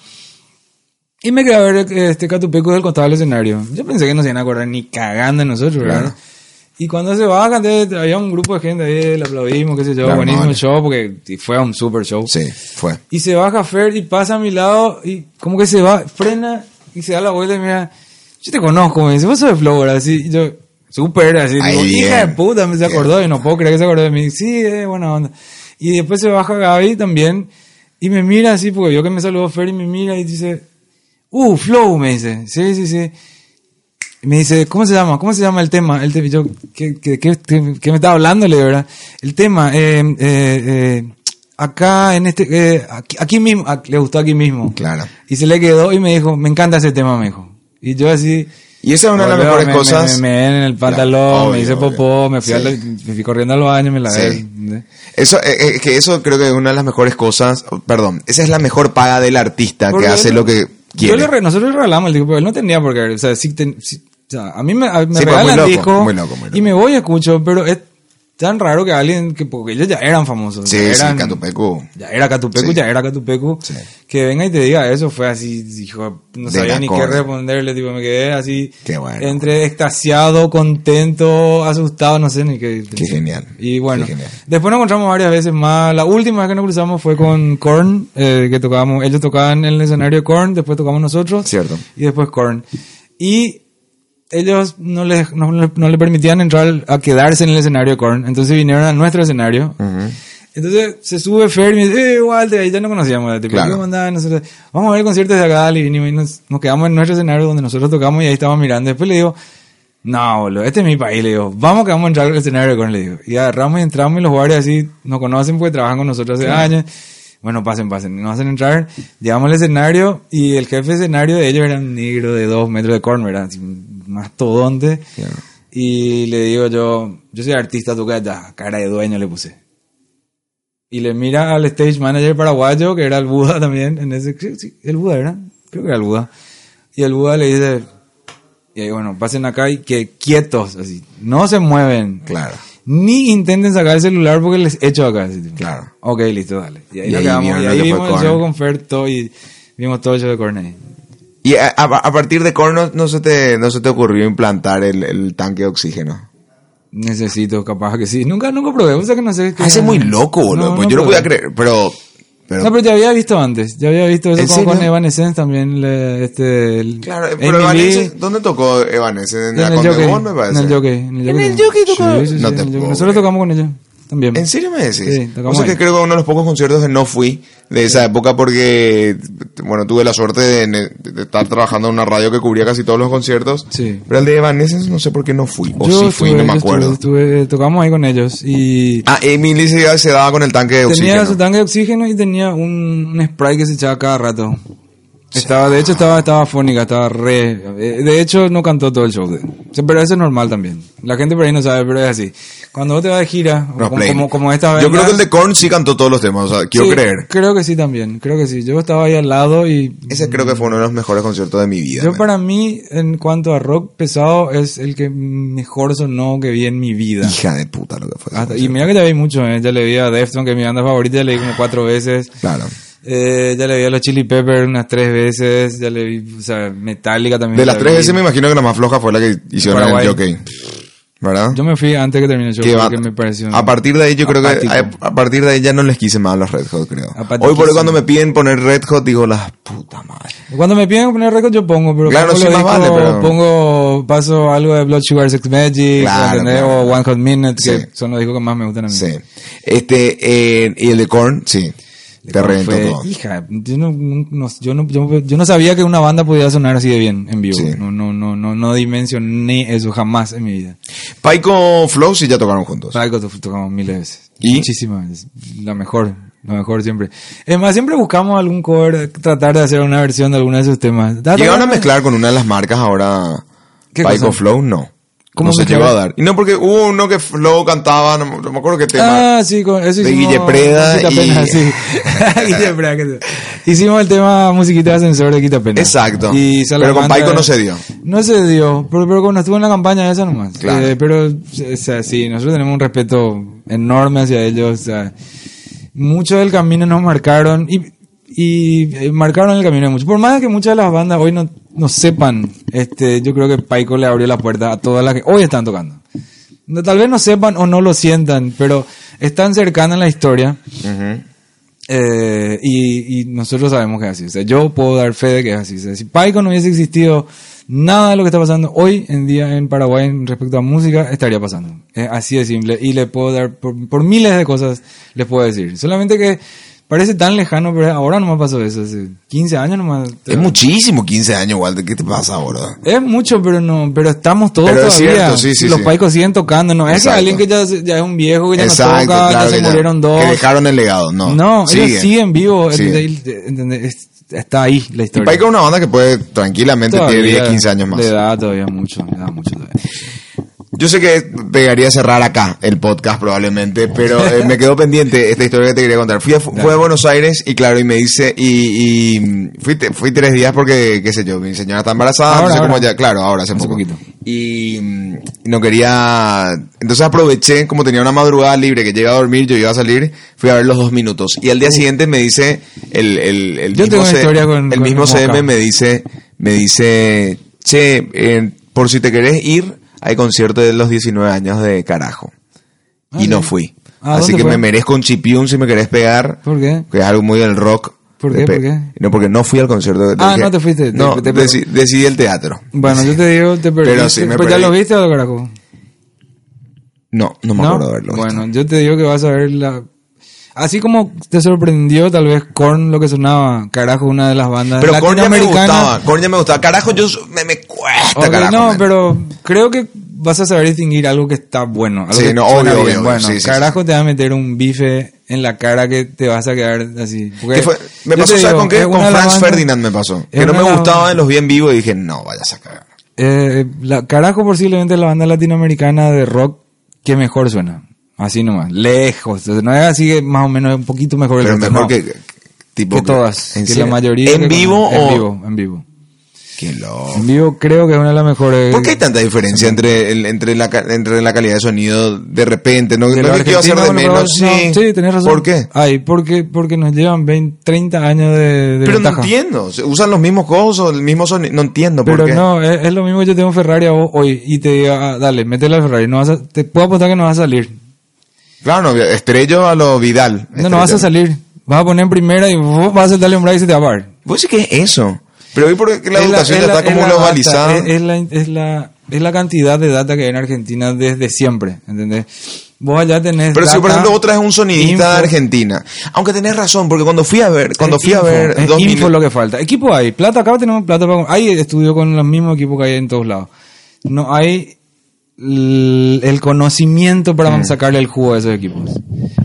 Speaker 3: Y me quedé a ver eh, este Catupeco del costado del escenario. Yo pensé que no se iban a acordar ni cagando de nosotros, ¿verdad? Y cuando se va, canté, había un grupo de gente ahí, le aplaudimos, qué sé yo,
Speaker 2: Claro,
Speaker 3: buenísimo
Speaker 2: vale.
Speaker 3: el show, porque fue un super show.
Speaker 2: Sí, fue.
Speaker 3: Y se baja Fer y pasa a mi lado y como que se va, frena y se da la vuelta y mira, yo te conozco, me dice, vos sos de Flow, ¿verdad? así, y yo, super, así,
Speaker 2: Ahí
Speaker 3: digo, hija
Speaker 2: bien.
Speaker 3: de puta, me se acordó y no puedo creer que se acordó de mí, sí, eh, buena onda. Y después se baja Gaby también y me mira así, porque yo que me saludó Fer y me mira y dice, uh, Flow, me dice, sí, sí, sí. Y me dice, ¿cómo se llama? ¿Cómo se llama el tema? El te- yo, ¿qué, qué, qué- qué- qué me estaba hablando, le digo, verdad? El tema, eh, eh, eh, acá en este, eh, aquí, aquí mismo, ah, le gustó aquí mismo.
Speaker 2: Claro.
Speaker 3: Y se le quedó y me dijo, me encanta ese tema, me dijo. Y yo así...
Speaker 2: Y esa es una de las
Speaker 3: volveo,
Speaker 2: mejores
Speaker 3: me-
Speaker 2: cosas.
Speaker 3: Me, me, meé en el pantalón,
Speaker 2: Claro,
Speaker 3: me
Speaker 2: obvio,
Speaker 3: hice
Speaker 2: obvio.
Speaker 3: popó, me fui,
Speaker 2: Sí.
Speaker 3: al- me fui corriendo al baño, me la
Speaker 2: Sí. Eso, eh, eh, que eso creo que es una de las mejores cosas. Perdón, esa es la mejor paga del artista
Speaker 3: Porque
Speaker 2: que hace
Speaker 3: él-
Speaker 2: lo que
Speaker 3: Yo
Speaker 2: quiere.
Speaker 3: le re- nosotros le regalamos el disco, pero él no tenía por qué. O sea, sí ten- sí- o sea, a mí me, a- me
Speaker 2: Sí, pues,
Speaker 3: regalan
Speaker 2: muy
Speaker 3: el
Speaker 2: loco,
Speaker 3: disco
Speaker 2: muy loco, muy loco.
Speaker 3: y me voy y escucho, pero es- o sea, tan raro que alguien, que, porque ellos ya eran famosos.
Speaker 2: Sí,
Speaker 3: ya
Speaker 2: sí,
Speaker 3: eran-
Speaker 2: Catupecu.
Speaker 3: Ya era Catupecu,
Speaker 2: Sí.
Speaker 3: ya era Catupecu.
Speaker 2: Sí.
Speaker 3: Que venga y te diga eso, fue así, hijo, no
Speaker 2: De
Speaker 3: sabía
Speaker 2: la
Speaker 3: ni
Speaker 2: corte.
Speaker 3: qué responderle, tipo, me quedé así,
Speaker 2: Qué bueno.
Speaker 3: entre extasiado, contento, asustado, no sé ni qué.
Speaker 2: Qué genial.
Speaker 3: Y bueno,
Speaker 2: Qué genial.
Speaker 3: después nos encontramos varias veces más. La última vez que nos cruzamos fue con Korn, eh, que tocábamos, ellos tocaban en el escenario de Korn, después tocamos nosotros.
Speaker 2: Cierto.
Speaker 3: Y después Korn. Y ellos no les, no, le- no le permitían entrar al- a quedarse en el escenario de Korn, entonces vinieron a nuestro escenario.
Speaker 2: Mm.
Speaker 3: Entonces se sube Fer y me dice, eh, Walter, ahí ya no conocíamos a este tipo,
Speaker 2: Claro.
Speaker 3: ¿qué onda? Nosotros, vamos a ver conciertos de acá, y vinimos y nos, nos quedamos en nuestro escenario donde nosotros tocamos y ahí estábamos mirando. Después le digo, no, boludo, este es mi país, le digo, vamos que vamos a entrar al escenario con él, le digo. Y agarramos y entramos y los jugadores así nos conocen porque trabajan con nosotros hace años. Bueno, pasen, pasen, nos hacen entrar, llegamos al escenario y el jefe de escenario de ellos era un negro de dos metros de corno, era así, un mastodonte.
Speaker 2: Claro.
Speaker 3: Y le digo yo, yo soy artista, tú ya, cara de dueño le puse. Y le mira al stage manager paraguayo, que era el Buda también, en ese, sí, sí, el Buda era, creo que era el Buda. Y el Buda le dice, y ahí bueno, pasen acá y que quietos, así, no se mueven.
Speaker 2: Claro.
Speaker 3: Ni intenten sacar el celular porque les echo acá. así, tipo.
Speaker 2: Claro.
Speaker 3: Ok, listo, dale. Y ahí,
Speaker 2: Y
Speaker 3: nos
Speaker 2: ahí
Speaker 3: quedamos,
Speaker 2: vieron
Speaker 3: y
Speaker 2: lo
Speaker 3: ahí
Speaker 2: que fue
Speaker 3: vimos el
Speaker 2: Korn.
Speaker 3: show con Ferto y vimos todo el show de Corney.
Speaker 2: Y a, a- a partir de Korn no, no se te, no se te ocurrió implantar el, el tanque de oxígeno.
Speaker 3: Necesito, capaz que sí. Nunca, nunca probé, o sea que no sé. qué-
Speaker 2: Ah, ese es muy loco, boludo.
Speaker 3: No,
Speaker 2: pues
Speaker 3: no
Speaker 2: yo no
Speaker 3: probé.
Speaker 2: podía creer, pero... pero-
Speaker 3: No, pero ya había visto antes. Ya había visto
Speaker 2: ¿En
Speaker 3: eso con,
Speaker 2: serio?
Speaker 3: con Evanescence también. le- este, el-
Speaker 2: claro, eh,
Speaker 3: Amy
Speaker 2: pero Evanescence-
Speaker 3: Lee,
Speaker 2: ¿dónde tocó Evanescence? ¿En,
Speaker 3: en
Speaker 2: la
Speaker 3: el
Speaker 2: Conde
Speaker 3: Jockey,
Speaker 2: Bond, me
Speaker 3: en
Speaker 2: parece?
Speaker 3: el Jockey. En el Jockey,
Speaker 2: tocó?
Speaker 3: Sí, sí, sí,
Speaker 2: No
Speaker 3: en
Speaker 2: te
Speaker 3: el Jockey.
Speaker 2: puedo
Speaker 3: Nosotros
Speaker 2: creer.
Speaker 3: tocamos con ellos también.
Speaker 2: ¿En serio me decís?
Speaker 3: Sí, tocamos
Speaker 2: O sea que
Speaker 3: ahí.
Speaker 2: creo que uno de los pocos conciertos que no fui de esa época porque, bueno, tuve la suerte de, de estar trabajando en una radio que cubría casi todos los conciertos.
Speaker 3: Sí.
Speaker 2: Pero el de Evanescence no sé por qué no fui. O
Speaker 3: Yo
Speaker 2: sí fui,
Speaker 3: estuve-
Speaker 2: no
Speaker 3: yo
Speaker 2: me acuerdo.
Speaker 3: estuve- estuve- tocamos ahí con ellos y
Speaker 2: Ah, Emily se, se daba con el tanque de oxígeno.
Speaker 3: tenía su tanque de oxígeno y tenía un, un spray que se echaba cada rato. Estaba, de hecho estaba, estaba fónica, estaba re... eh, De hecho no cantó todo el show, de- o sea, pero eso es normal también. La gente por ahí no sabe, pero es así. Cuando vos te vas de gira, o
Speaker 2: No,
Speaker 3: como,
Speaker 2: Play.
Speaker 3: como, como esta vez...
Speaker 2: Yo creo que el de Korn sí cantó todos los temas, o sea, quiero
Speaker 3: Sí,
Speaker 2: creer.
Speaker 3: Creo que sí también, creo que sí. Yo estaba ahí al lado y
Speaker 2: Ese creo que fue uno de los mejores conciertos de mi vida.
Speaker 3: yo
Speaker 2: man.
Speaker 3: para mí, en cuanto a rock pesado, es el que mejor sonó que vi en mi vida.
Speaker 2: Hija de puta lo que fue. ese
Speaker 3: Hasta- y
Speaker 2: concierto.
Speaker 3: mira que ya vi mucho, eh. ya le vi a Defton, que es mi banda favorita, ya le vi como cuatro veces.
Speaker 2: Claro.
Speaker 3: Eh, ya le vi a los Chili Peppers unas tres veces, ya le vi, o sea, Metallica también.
Speaker 2: De las
Speaker 3: la
Speaker 2: tres
Speaker 3: vi.
Speaker 2: veces me imagino que la más floja fue la que hicieron en el
Speaker 3: Paraguay.
Speaker 2: jockey. ¿Verdad?
Speaker 3: Yo me fui antes que termine el show
Speaker 2: Que va-
Speaker 3: porque me pareció...
Speaker 2: a partir de ahí yo creo que
Speaker 3: apático.
Speaker 2: a, a partir de ahí ya no les quise más a los Red Hot, creo.
Speaker 3: Apatiquísimo.
Speaker 2: Hoy por hoy cuando me piden poner Red Hot digo, la puta madre.
Speaker 3: Cuando me piden poner récord yo pongo, pero
Speaker 2: Claro,
Speaker 3: pongo
Speaker 2: sí,
Speaker 3: los
Speaker 2: más
Speaker 3: discos,
Speaker 2: vale, pero-
Speaker 3: pongo, paso algo de Blood Sugar Sex Magic,
Speaker 2: Claro,
Speaker 3: ¿entendés?
Speaker 2: claro.
Speaker 3: o One Hot Minute, que
Speaker 2: Sí.
Speaker 3: son los discos que más me gustan a mí.
Speaker 2: Sí. Este, eh, y el de Korn, sí. Te reventó
Speaker 3: Fue,
Speaker 2: todo.
Speaker 3: Hija, yo no, no- no- yo, no, yo, yo no sabía que una banda podía sonar así de bien en vivo.
Speaker 2: Sí.
Speaker 3: No, no, no, no, no dimensioné eso jamás en mi vida.
Speaker 2: Paico Flow sí ya tocaron juntos.
Speaker 3: Psycho to- tocamos mil veces.
Speaker 2: ¿Y?
Speaker 3: Muchísimas veces. La mejor. La mejor siempre. Es más, siempre buscamos algún cover, tratar de hacer una versión de alguno de esos temas. Da- da-
Speaker 2: Llegaron a
Speaker 3: da-
Speaker 2: mezclar con una de las marcas ahora
Speaker 3: ¿Qué
Speaker 2: Paico
Speaker 3: cosa?
Speaker 2: Flow, no.
Speaker 3: ¿Cómo
Speaker 2: no se
Speaker 3: mezclar?
Speaker 2: llegó a dar. Y no porque hubo uno que Flow cantaba, no, me- no me acuerdo qué tema.
Speaker 3: Ah, sí, con eso
Speaker 2: De
Speaker 3: hicimos
Speaker 2: Guille Preda
Speaker 3: Quita
Speaker 2: y-
Speaker 3: Pena, sí. Guille Preda, que se- Hicimos el tema musiquita de ascensor de Quita Pena.
Speaker 2: Exacto.
Speaker 3: Y
Speaker 2: Pero con
Speaker 3: Salamandra-
Speaker 2: Paico no se dio.
Speaker 3: No se dio, pero, pero cuando estuvo en la campaña esa nomás.
Speaker 2: Claro.
Speaker 3: Eh, pero, o sea, sí, nosotros tenemos un respeto enorme hacia ellos. O sea, mucho del camino nos marcaron y, y eh, marcaron el camino de mucho. Por más que muchas de las bandas hoy no, no sepan, este, yo creo que Paico le abrió la puerta a todas las que hoy están tocando. No, Tal vez no sepan o no lo sientan, pero están cercanas en la historia.
Speaker 2: Ujú.
Speaker 3: Eh, y, y nosotros sabemos que es así. O sea, yo puedo dar fe de que es así. O sea, si Paico no hubiese existido, nada de lo que está pasando hoy en día en Paraguay en respecto a música estaría pasando. Es así de simple. Y le puedo dar, por, por miles de cosas, les puedo decir. Solamente que parece tan lejano, pero ahora nomás pasó eso. Hace 15 años nomás.
Speaker 2: Es muchísimo 15 años, Walter. ¿Qué te pasa, boludo?
Speaker 3: Es mucho, pero no, pero estamos todos
Speaker 2: Pero es
Speaker 3: todavía.
Speaker 2: cierto, sí, sí,
Speaker 3: Los
Speaker 2: sí.
Speaker 3: paicos siguen tocando, no es que
Speaker 2: Exacto.
Speaker 3: alguien que ya, se- ya es un viejo, que ya no
Speaker 2: Exacto,
Speaker 3: toca,
Speaker 2: claro.
Speaker 3: ya se
Speaker 2: que ya-
Speaker 3: murieron dos.
Speaker 2: Que dejaron el legado, no.
Speaker 3: No, ellos
Speaker 2: Siguen.
Speaker 3: siguen vivos.
Speaker 2: Siguen.
Speaker 3: ¿entendés? ¿entendés? Es- Está ahí la
Speaker 2: Y
Speaker 3: historia.
Speaker 2: Paico es una banda que puede tranquilamente
Speaker 3: Todavía
Speaker 2: tiene 10, 15 años más.
Speaker 3: Le da todavía mucho, le da mucho todavía.
Speaker 2: Yo sé que pegaría a cerrar acá el podcast probablemente, pero eh, me quedó pendiente esta historia que te quería contar. Fui a, fui a Buenos Aires y claro, y me dice, y, y fui, te- fui tres días porque, qué sé yo, mi señora está embarazada,
Speaker 3: Ahora,
Speaker 2: no sé cómo
Speaker 3: ahora.
Speaker 2: ya, claro, ahora hace,
Speaker 3: Hace
Speaker 2: poco.
Speaker 3: poquito.
Speaker 2: y mm, no quería. Entonces aproveché, como tenía una madrugada libre que llegué a dormir, yo iba a salir, fui a ver los dos minutos. Y al
Speaker 3: Uh.
Speaker 2: día siguiente me dice el, el, el
Speaker 3: Yo
Speaker 2: mismo,
Speaker 3: tengo una
Speaker 2: C-
Speaker 3: historia con-
Speaker 2: el
Speaker 3: con
Speaker 2: mismo
Speaker 3: Moca.
Speaker 2: CM me dice, me dice, che, eh, por si te querés ir, hay concierto de los 19 años de carajo.
Speaker 3: Ah,
Speaker 2: y no
Speaker 3: sí.
Speaker 2: fui.
Speaker 3: Ah,
Speaker 2: Así
Speaker 3: ¿dónde
Speaker 2: que
Speaker 3: fue?
Speaker 2: me merezco un chipión si me querés pegar.
Speaker 3: ¿Por qué?
Speaker 2: Que es algo muy del rock.
Speaker 3: ¿Por qué?
Speaker 2: De pe-
Speaker 3: ¿Por qué?
Speaker 2: No, porque no fui al concierto. que
Speaker 3: Ah,
Speaker 2: dije-
Speaker 3: no te fuiste, te-
Speaker 2: No,
Speaker 3: te- te-
Speaker 2: deci- decidí el teatro.
Speaker 3: Bueno, yo te digo, te perdí.
Speaker 2: Pero sí, me
Speaker 3: ¿Pues ya
Speaker 2: perdí.
Speaker 3: lo viste o lo carajo?
Speaker 2: No, no me acuerdo de haberlo visto.
Speaker 3: Bueno, yo te digo que vas a ver la... Así como te sorprendió tal vez Korn lo que sonaba, carajo, una de las bandas
Speaker 2: Pero Korn ya me
Speaker 3: latinoamericanas.
Speaker 2: gustaba, Korn ya me gustaba. Carajo, yo so- me, me cuesta,
Speaker 3: Ok,
Speaker 2: Este carajo.
Speaker 3: no,
Speaker 2: man.
Speaker 3: pero creo que vas a saber distinguir algo que está bueno. Algo
Speaker 2: Sí,
Speaker 3: que
Speaker 2: no,
Speaker 3: suena
Speaker 2: obvio,
Speaker 3: bien.
Speaker 2: obvio,
Speaker 3: Bueno,
Speaker 2: sí, sí,
Speaker 3: carajo te va a meter un bife en la cara que te vas a quedar así. Porque
Speaker 2: ¿Qué fue? Me
Speaker 3: yo
Speaker 2: pasó,
Speaker 3: te
Speaker 2: ¿sabes
Speaker 3: digo,
Speaker 2: con qué?
Speaker 3: es
Speaker 2: Con
Speaker 3: una de las
Speaker 2: Franz
Speaker 3: bandas-
Speaker 2: Ferdinand me pasó.
Speaker 3: es
Speaker 2: Que
Speaker 3: una
Speaker 2: no me
Speaker 3: de las-
Speaker 2: gustaba en los bien vivos y dije, no, vayas a cagar.
Speaker 3: Eh, la- carajo posiblemente es la banda latinoamericana de rock que mejor suena. Así nomás, lejos. O sea, no es así que más o menos un poquito mejor el
Speaker 2: Pero
Speaker 3: resto,
Speaker 2: mejor
Speaker 3: no.
Speaker 2: que, tipo,
Speaker 3: que todas,
Speaker 2: ¿en
Speaker 3: que la
Speaker 2: serio?
Speaker 3: mayoría que
Speaker 2: ¿En vivo
Speaker 3: conozco.
Speaker 2: o...?
Speaker 3: en vivo, Mm. en vivo.
Speaker 2: Qué loco.
Speaker 3: En vivo creo que es una de las mejores.
Speaker 2: ¿Por qué hay tanta diferencia entre, el- entre, la, ca- entre la calidad de sonido de repente? No,
Speaker 3: de
Speaker 2: no
Speaker 3: los
Speaker 2: que quiero hacer de
Speaker 3: argentinos,
Speaker 2: menos.
Speaker 3: bueno, pero-
Speaker 2: sí.
Speaker 3: no, tenés razón. Ah,
Speaker 2: ¿Por qué?
Speaker 3: Ay, porque porque nos llevan 20, 30 años de, de
Speaker 2: Pero no
Speaker 3: ventaja.
Speaker 2: entiendo. Se Usan los mismos cosas, el mismo sonido. No entiendo por
Speaker 3: Pero
Speaker 2: qué.
Speaker 3: no, es, es lo mismo que yo tengo un Ferrari a vos hoy y te digo, ah, dale, métele al Ferrari, no vas a- te puedo apostar que no vas a salir.
Speaker 2: Claro, no, estrello a lo Vidal.
Speaker 3: No, no vas a
Speaker 2: Estrello.
Speaker 3: salir. Vas a poner en primera y vos vas a darle un brazo y se te va a parar.
Speaker 2: Vos sí que es eso. Pero hoy porque la
Speaker 3: Es la-
Speaker 2: educación
Speaker 3: es
Speaker 2: ya
Speaker 3: la-
Speaker 2: está
Speaker 3: es
Speaker 2: como
Speaker 3: la data,
Speaker 2: globalizada.
Speaker 3: Es, es la, es, la, es la cantidad de data que hay en Argentina desde siempre, ¿entendés? Vos allá tenés
Speaker 2: pero si por
Speaker 3: data,
Speaker 2: ejemplo otra es un sonidista de
Speaker 3: info.
Speaker 2: Argentina. Aunque tenés razón, porque cuando fui a ver, cuando
Speaker 3: Es
Speaker 2: fui
Speaker 3: info,
Speaker 2: a ver
Speaker 3: es
Speaker 2: dos
Speaker 3: info
Speaker 2: minutos-
Speaker 3: lo que falta. Equipo hay, plata acá tenemos plata para hay estudio con los mismos equipos que hay en todos lados. No hay l- el conocimiento para sacarle el jugo a esos equipos.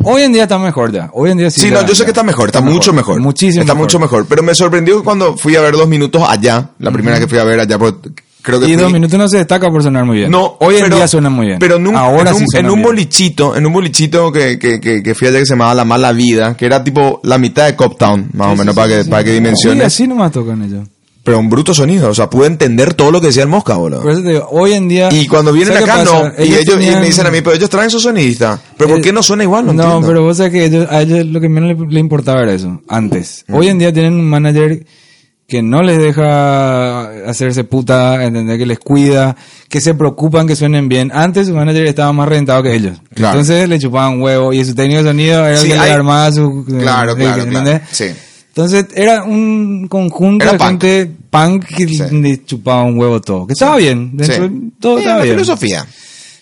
Speaker 3: Hoy en día está mejor ya. Hoy en día sí.
Speaker 2: Sí,
Speaker 3: ya-
Speaker 2: no, yo sé
Speaker 3: ya.
Speaker 2: que está mejor, está, mucho mejor.
Speaker 3: Muchísimo.
Speaker 2: Está
Speaker 3: mejor.
Speaker 2: mucho mejor. Pero me sorprendió que cuando fui a ver dos minutos allá, la primera que fui a ver allá, porque creo que
Speaker 3: Y
Speaker 2: fui-
Speaker 3: dos minutos no se destaca por sonar muy bien.
Speaker 2: No,
Speaker 3: hoy en
Speaker 2: pero-
Speaker 3: día suena muy bien.
Speaker 2: Pero nunca,
Speaker 3: Ahora
Speaker 2: en un,
Speaker 3: sí suena
Speaker 2: en un
Speaker 3: bien.
Speaker 2: bolichito, en un bolichito que, que, que, que fui allá que se llamaba La Mala Vida, que era tipo la mitad de Coptown, más o menos, para, que, para que
Speaker 3: Sí,
Speaker 2: dimensiones.
Speaker 3: así nomás tocan ellos.
Speaker 2: Pero un bruto sonido, o sea, pude entender todo lo que decía el Mosca, boludo.
Speaker 3: Por eso te digo, hoy en día.
Speaker 2: Y cuando vienen
Speaker 3: ¿sabes qué
Speaker 2: acá, no.
Speaker 3: pasa?
Speaker 2: Y ellos y
Speaker 3: tenían-
Speaker 2: me dicen a mí, pero ellos traen su sonidista. ¿Pero por
Speaker 3: Eh,
Speaker 2: qué no suena igual? No,
Speaker 3: no,
Speaker 2: entiendo.
Speaker 3: pero vos sabés que ellos- a ellos lo que menos le, le importaba era eso, antes.
Speaker 2: Mm.
Speaker 3: Hoy en día tienen un manager que no les deja hacerse puta, entender que les cuida, que se preocupan que suenen bien. Antes su manager estaba más rentado que ellos.
Speaker 2: Claro.
Speaker 3: Entonces le chupaban huevo y su técnico de sonido era
Speaker 2: Sí,
Speaker 3: el que
Speaker 2: hay-
Speaker 3: le armaba su...
Speaker 2: Claro,
Speaker 3: eh,
Speaker 2: claro,
Speaker 3: ¿entendés?
Speaker 2: claro. Sí.
Speaker 3: Entonces era un conjunto
Speaker 2: Era
Speaker 3: de
Speaker 2: punk.
Speaker 3: gente punk que
Speaker 2: Sí.
Speaker 3: le chupaba un huevo todo. Que estaba bien, dentro
Speaker 2: Sí.
Speaker 3: de- todo
Speaker 2: Sí,
Speaker 3: estaba
Speaker 2: la
Speaker 3: bien.
Speaker 2: filosofía.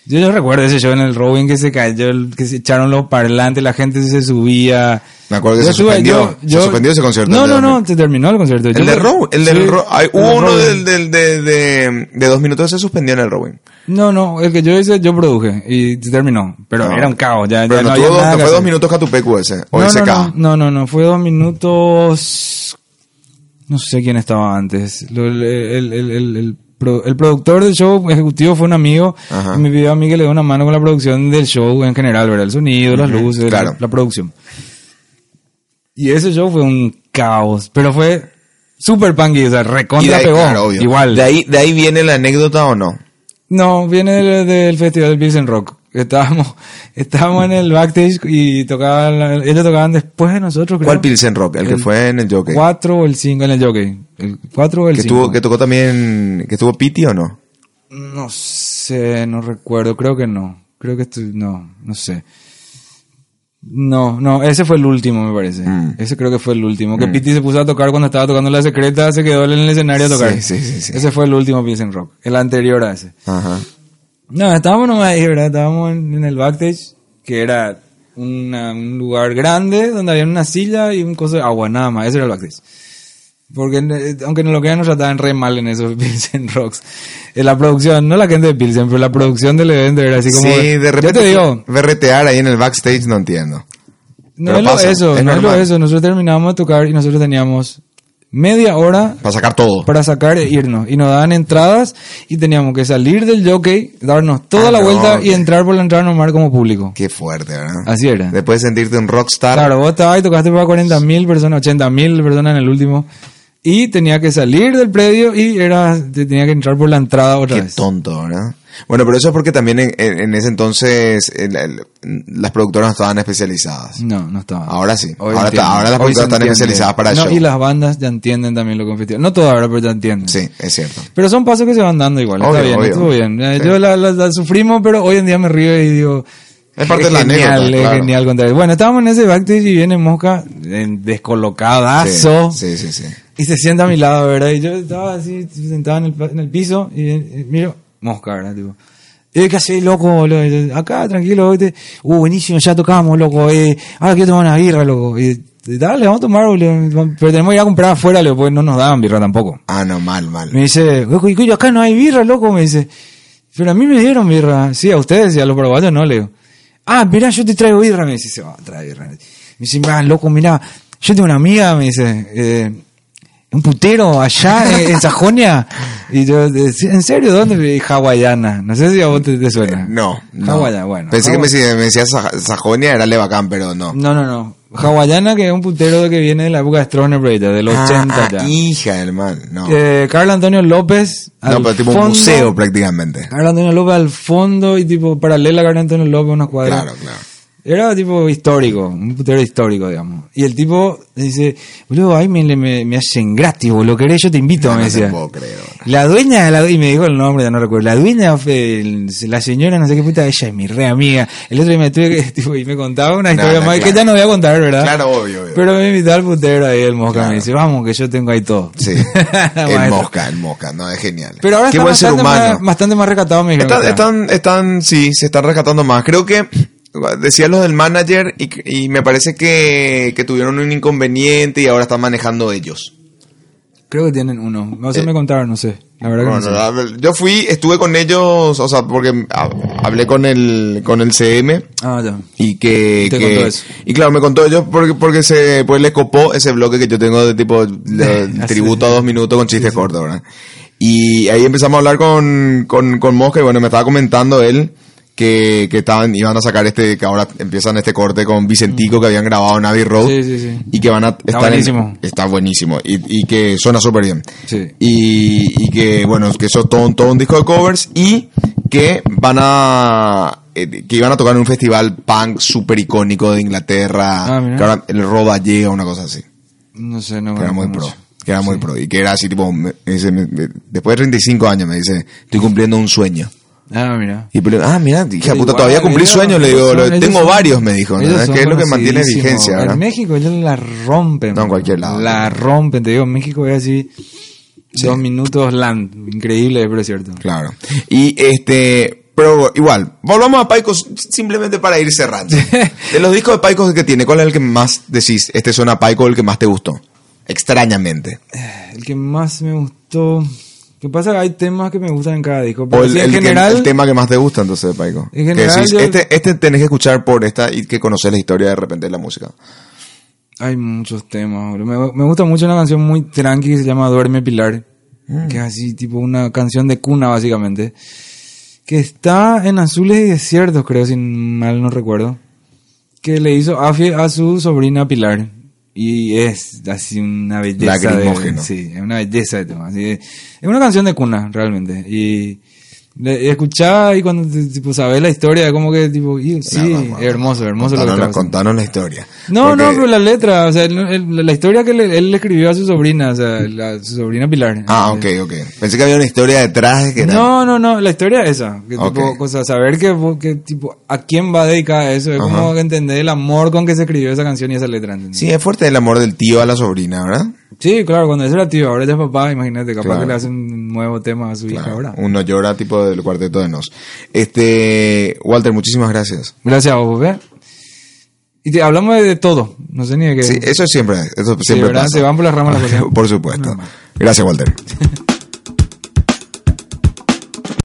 Speaker 3: Yo, yo recuerdo ese show en el Robin que se cayó, el- que se echaron los parlantes, la gente se subía.
Speaker 2: Me acuerdo que
Speaker 3: Yo
Speaker 2: se suspendió, se suspendió ese concierto,
Speaker 3: No,
Speaker 2: el
Speaker 3: no,
Speaker 2: de
Speaker 3: no, se terminó el concierto. Yo
Speaker 2: El de
Speaker 3: me-
Speaker 2: Row, el
Speaker 3: sí,
Speaker 2: del Row- hay-
Speaker 3: el
Speaker 2: hubo
Speaker 3: del
Speaker 2: uno
Speaker 3: Robin.
Speaker 2: del, del- de, de- de dos minutos que se suspendió en el Robin.
Speaker 3: No, no, el que yo hice, yo produje y se terminó. Pero
Speaker 2: No.
Speaker 3: era un caos, ya,
Speaker 2: Pero
Speaker 3: ya no,
Speaker 2: no,
Speaker 3: había
Speaker 2: tuvo dos-
Speaker 3: nada
Speaker 2: no
Speaker 3: que
Speaker 2: fue dos
Speaker 3: hacer.
Speaker 2: minutos Catupecu ese, o
Speaker 3: No,
Speaker 2: SK.
Speaker 3: no, no, no, no, no, fue dos minutos. No sé quién estaba antes. Lo- El, el- el- el- el pro- el productor del show ejecutivo fue un amigo.
Speaker 2: Ajá.
Speaker 3: Y me pidió a mí que le dé una mano con la producción del show en general, ¿verdad? El sonido, las
Speaker 2: Ujú,
Speaker 3: luces,
Speaker 2: claro.
Speaker 3: la, la producción. Y ese show fue un caos, pero fue super punky, o sea,
Speaker 2: Y de
Speaker 3: recontra
Speaker 2: ahí-
Speaker 3: pegó.
Speaker 2: claro, obvio.
Speaker 3: igual.
Speaker 2: De ahí, de ahí viene la anécdota o no.
Speaker 3: No, viene del, del festival Beers and Rock. Estábamos, estábamos en el backstage y tocaban, la- ellos tocaban después de nosotros. Creo.
Speaker 2: ¿Cuál Pilsen Rock? El, que
Speaker 3: El
Speaker 2: fue en el Jockey.
Speaker 3: 4 o el 5 en el jockey. El 4 o el
Speaker 2: Que,
Speaker 3: 5.
Speaker 2: estuvo, que tocó también, que estuvo Piti o no.
Speaker 3: No sé, no recuerdo, creo que no. Creo que estu- no, no sé. No, no, ese fue el último, me parece.
Speaker 2: Mm.
Speaker 3: Ese creo que fue el último. Que Piti se puso a tocar cuando estaba tocando La Secreta, se quedó en el escenario a tocar.
Speaker 2: Sí, sí, sí, sí.
Speaker 3: Ese fue el último Beers and Rock. El anterior a ese.
Speaker 2: Ajá.
Speaker 3: No, estábamos nomás ahí, ¿verdad? Estábamos en, en el backstage, que era una- un lugar grande donde había una silla y un coso de agua, nada más. Eso era el backstage. Porque, eh, aunque no lo crean, nos trataban re mal en esos Pilsen Rocks. En la producción, no la gente de Pilsen, pero la producción del evento era así como...
Speaker 2: sí, de repente.
Speaker 3: Yo te digo,
Speaker 2: Berretear ahí en el backstage, no entiendo.
Speaker 3: no
Speaker 2: pero
Speaker 3: es lo
Speaker 2: pasa,
Speaker 3: eso,
Speaker 2: es
Speaker 3: no es lo
Speaker 2: normal.
Speaker 3: eso. Nosotros terminábamos de tocar y nosotros teníamos media hora
Speaker 2: Para sacar todo.
Speaker 3: para sacar e irnos. Y nos daban entradas y teníamos que salir del jockey, darnos toda
Speaker 2: Ah,
Speaker 3: la
Speaker 2: no,
Speaker 3: vuelta
Speaker 2: ok.
Speaker 3: y entrar por la entrada normal como público.
Speaker 2: Qué fuerte, ¿verdad?
Speaker 3: Así era.
Speaker 2: Después de sentirte un rockstar.
Speaker 3: Claro, vos estabas y tocaste para 40.000 personas, 80.000 personas en el último. Y tenía que salir del predio y era, tenía que entrar por la entrada otra
Speaker 2: Qué
Speaker 3: vez.
Speaker 2: tonto, ¿verdad? Bueno, pero eso es porque también en, en- en ese entonces el- el- las productoras no estaban especializadas.
Speaker 3: No, no estaba.
Speaker 2: Ahora sí.
Speaker 3: Hoy
Speaker 2: Ahora,
Speaker 3: entiendo.
Speaker 2: está- ahora las
Speaker 3: Hoy se
Speaker 2: productoras están
Speaker 3: entiende.
Speaker 2: especializadas para
Speaker 3: No,
Speaker 2: eso.
Speaker 3: Y las bandas ya entienden también lo que festival. No todas, ahora, pero ya entienden.
Speaker 2: Sí, es cierto.
Speaker 3: Pero son pasos que se van dando igual.
Speaker 2: Obvio,
Speaker 3: está bien,
Speaker 2: obvio.
Speaker 3: estuvo bien. Eh,
Speaker 2: Sí.
Speaker 3: Yo la, la- la sufrimos, pero hoy en día me río y digo.
Speaker 2: Es parte de la
Speaker 3: genial,
Speaker 2: anécdota,
Speaker 3: es
Speaker 2: claro.
Speaker 3: genial contar. Bueno, estábamos en ese backstage y viene Mosca eh, descolocadazo
Speaker 2: Sí, sí, sí. sí.
Speaker 3: y se sienta a mi lado, ¿verdad? Y yo estaba así, sentado en el, pa- en el piso y, eh, miro, Mosca, ¿verdad? Tipo, eh, ¿qué haces, loco, boludo? Y yo, Acá, tranquilo, ¿viste? Uh, buenísimo, ya tocamos, loco. Eh, ahora quiero tomar una birra, loco. Y, dale, vamos a tomar, boludo. Pero tenemos que ir a comprar afuera, loco, porque no nos daban birra tampoco.
Speaker 2: Ah, no, mal, mal.
Speaker 3: Me dice, "Ojo, y- y acá no hay birra, loco. Me dice, pero a mí me dieron birra. Sí, a ustedes y a los paraguayos no, le digo. Ah, mirá, yo te traigo birra. Me dice, se va a traer birra. Me dice, mirá, loco, mirá, yo tengo una amiga, me dice, eh, un putero allá en, en Sajonia. Y yo, eh, "Sí, ¿en serio? ¿Dónde? Me dice, Hawaiana. No sé si a vos te, te suena.
Speaker 2: Eh, No, no.
Speaker 3: Hawaiana, bueno. Mm,
Speaker 2: Pensé que me,
Speaker 3: Hawaiana.
Speaker 2: decía- me decía Sa- Sajonia, era Levacán, pero no.
Speaker 3: No, no, no. Hawaiana, que es un putero que viene de la época de Stroner Brader, del
Speaker 2: Ah,
Speaker 3: 80
Speaker 2: ah,
Speaker 3: ya.
Speaker 2: hija del mal, no.
Speaker 3: Eh, Carl Antonio López.
Speaker 2: no,
Speaker 3: al
Speaker 2: pero tipo
Speaker 3: fondo.
Speaker 2: un museo prácticamente.
Speaker 3: Carlos Antonio López al fondo y tipo paralela a Carlos Antonio López una cuadra.
Speaker 2: Claro, claro.
Speaker 3: Era tipo histórico, un putero histórico, digamos. Y el tipo dice, boludo, ahí me, me, me hacen gratis, boludo, querés, yo te invito,
Speaker 2: No,
Speaker 3: me
Speaker 2: no te
Speaker 3: decía.
Speaker 2: puedo creer.
Speaker 3: La dueña, de la- y me dijo el nombre, ya no recuerdo. La dueña, fue el- la señora, no sé qué puta, ella es mi re amiga. El otro día me tuve que, tipo, y me contaba una historia
Speaker 2: no,
Speaker 3: más
Speaker 2: claro.
Speaker 3: que ya no voy a contar, ¿verdad?
Speaker 2: Claro, obvio, obvio.
Speaker 3: Pero me invitó al putero ahí, el mosca,
Speaker 2: Claro.
Speaker 3: me dice, vamos, que yo tengo ahí todo.
Speaker 2: Sí. el
Speaker 3: Maestro.
Speaker 2: mosca, el mosca, no, es genial.
Speaker 3: Pero ahora
Speaker 2: Qué
Speaker 3: está
Speaker 2: buen ser
Speaker 3: bastante,
Speaker 2: humano.
Speaker 3: más, bastante más recatado, me dijeron
Speaker 2: Están,
Speaker 3: que está.
Speaker 2: están, están, sí, se están rescatando más. Creo que decía los del manager y, y me parece que, que tuvieron un inconveniente y ahora están manejando ellos.
Speaker 3: Creo que tienen uno. No sé,
Speaker 2: Eh,
Speaker 3: me contaron, no sé. La verdad que
Speaker 2: Bueno,
Speaker 3: no sé.
Speaker 2: la- yo fui, estuve con ellos, o sea, porque ah, hablé con el, con el CM.
Speaker 3: Ah, ya.
Speaker 2: Y que,
Speaker 3: Y te
Speaker 2: que-
Speaker 3: contó eso.
Speaker 2: y claro, me contó ellos porque, porque se, pues le copó ese bloque que yo tengo de tipo de
Speaker 3: Así.
Speaker 2: tributo a dos minutos con chistes cortos, ¿verdad? Y ahí empezamos a hablar con, con, con Mosca y bueno, me estaba comentando él que, que estaban, iban a sacar este, que ahora empiezan este corte con Vicentico que habían grabado en Abbey Road.
Speaker 3: Mm. Sí, sí, sí.
Speaker 2: Y que van a estar en-
Speaker 3: buenísimo.
Speaker 2: está buenísimo. Y, y que suena súper bien.
Speaker 3: Sí.
Speaker 2: Y, y que, bueno, que eso es todo, un- todo un disco de covers y que van a eh, que iban a tocar en un festival punk súper icónico de Inglaterra,
Speaker 3: Ah, mira.
Speaker 2: que ahora el Roba llega, una cosa así,
Speaker 3: No sé, no
Speaker 2: que era muy
Speaker 3: conozco
Speaker 2: pro,
Speaker 3: mucho.
Speaker 2: que era muy pro, y que era así tipo, me- me dice, me- me- después de 35 años me dice, estoy cumpliendo un sueño.
Speaker 3: Ah, mira.
Speaker 2: Y pero, ah, mira, hija
Speaker 3: Pero
Speaker 2: puta,
Speaker 3: igual,
Speaker 2: todavía cumplí
Speaker 3: ellos-
Speaker 2: sueños, le digo,
Speaker 3: ellos
Speaker 2: lo-
Speaker 3: son-
Speaker 2: tengo
Speaker 3: ellos son-
Speaker 2: varios, me dijo, ¿no?
Speaker 3: ellos
Speaker 2: Es
Speaker 3: son
Speaker 2: que es lo que mantiene
Speaker 3: conocidísimos.
Speaker 2: vigencia, ¿verdad?
Speaker 3: En México ellos la rompen.
Speaker 2: No, en
Speaker 3: bro.
Speaker 2: cualquier lado.
Speaker 3: La rompen, te digo, en México es así. Dos minutos land. Increíble, pero es cierto.
Speaker 2: Claro. Y este, pero igual, volvamos a Paico simplemente para ir cerrando. De los discos de Paico que tiene, ¿cuál es el que más decís? Este suena a Paico, el que más te gustó. Extrañamente.
Speaker 3: El que más me gustó. Lo que pasa es que hay temas que me gustan en cada disco.
Speaker 2: O
Speaker 3: Pero
Speaker 2: el,
Speaker 3: sí, en
Speaker 2: el que-
Speaker 3: general.
Speaker 2: el tema que más te gusta entonces de Paico.
Speaker 3: En
Speaker 2: Que
Speaker 3: general,
Speaker 2: decís,
Speaker 3: yo-
Speaker 2: este, este tenés que escuchar por esta y que conoces la historia de repente de la música.
Speaker 3: Hay muchos temas, boludo. Me, me gusta mucho una canción muy tranqui que se llama Duerme Pilar.
Speaker 2: Mm.
Speaker 3: Que es así, tipo una canción de cuna, básicamente. Que está en Azules y Desiertos, creo, si mal no recuerdo. Que le hizo Afi a su sobrina Pilar. Y es así una belleza.
Speaker 2: Lacrimógeno.
Speaker 3: De, sí, es una belleza de tema. así de- es una canción de cuna, realmente. Y le, escuchaba y cuando te- tipo, sabes la historia, como que tipo, y, sí,
Speaker 2: vamos,
Speaker 3: hermoso, hermoso lo que
Speaker 2: Contanos,
Speaker 3: está
Speaker 2: la,
Speaker 3: pasando.
Speaker 2: contanos la historia.
Speaker 3: No,
Speaker 2: Porque-
Speaker 3: no, pero la letra, o sea, el- el- la historia que le- él le escribió a su sobrina, o sea, la- su sobrina Pilar.
Speaker 2: Mm.
Speaker 3: eh,
Speaker 2: Ah, ok, ok. Pensé que había una historia detrás que era-
Speaker 3: No, no, no, la historia es esa. Que
Speaker 2: Ok.
Speaker 3: tipo, cosa, saber que, vos- que, tipo, a quién va dedicada eso, es como
Speaker 2: Ajá.
Speaker 3: entender el amor con que se escribió esa canción y esa letra, ¿entendés?
Speaker 2: Sí, es fuerte el amor del tío a la sobrina, ¿verdad?
Speaker 3: Sí, claro, cuando eso era tío, ahora ya es papá, imagínate, capaz
Speaker 2: Claro.
Speaker 3: que le hacen un nuevo tema a su hija
Speaker 2: Claro,
Speaker 3: ahora.
Speaker 2: Uno llora tipo del cuarteto de Nos. Este, Walter, muchísimas gracias.
Speaker 3: Gracias a vos, ¿ves? Y te hablamos de, de todo, no sé ni de qué.
Speaker 2: Sí, eso siempre, eso
Speaker 3: Sí,
Speaker 2: siempre
Speaker 3: ¿verdad?
Speaker 2: pasa.
Speaker 3: Se van por las ramas las cosas.
Speaker 2: Por supuesto.
Speaker 3: Normal.
Speaker 2: Gracias, Walter.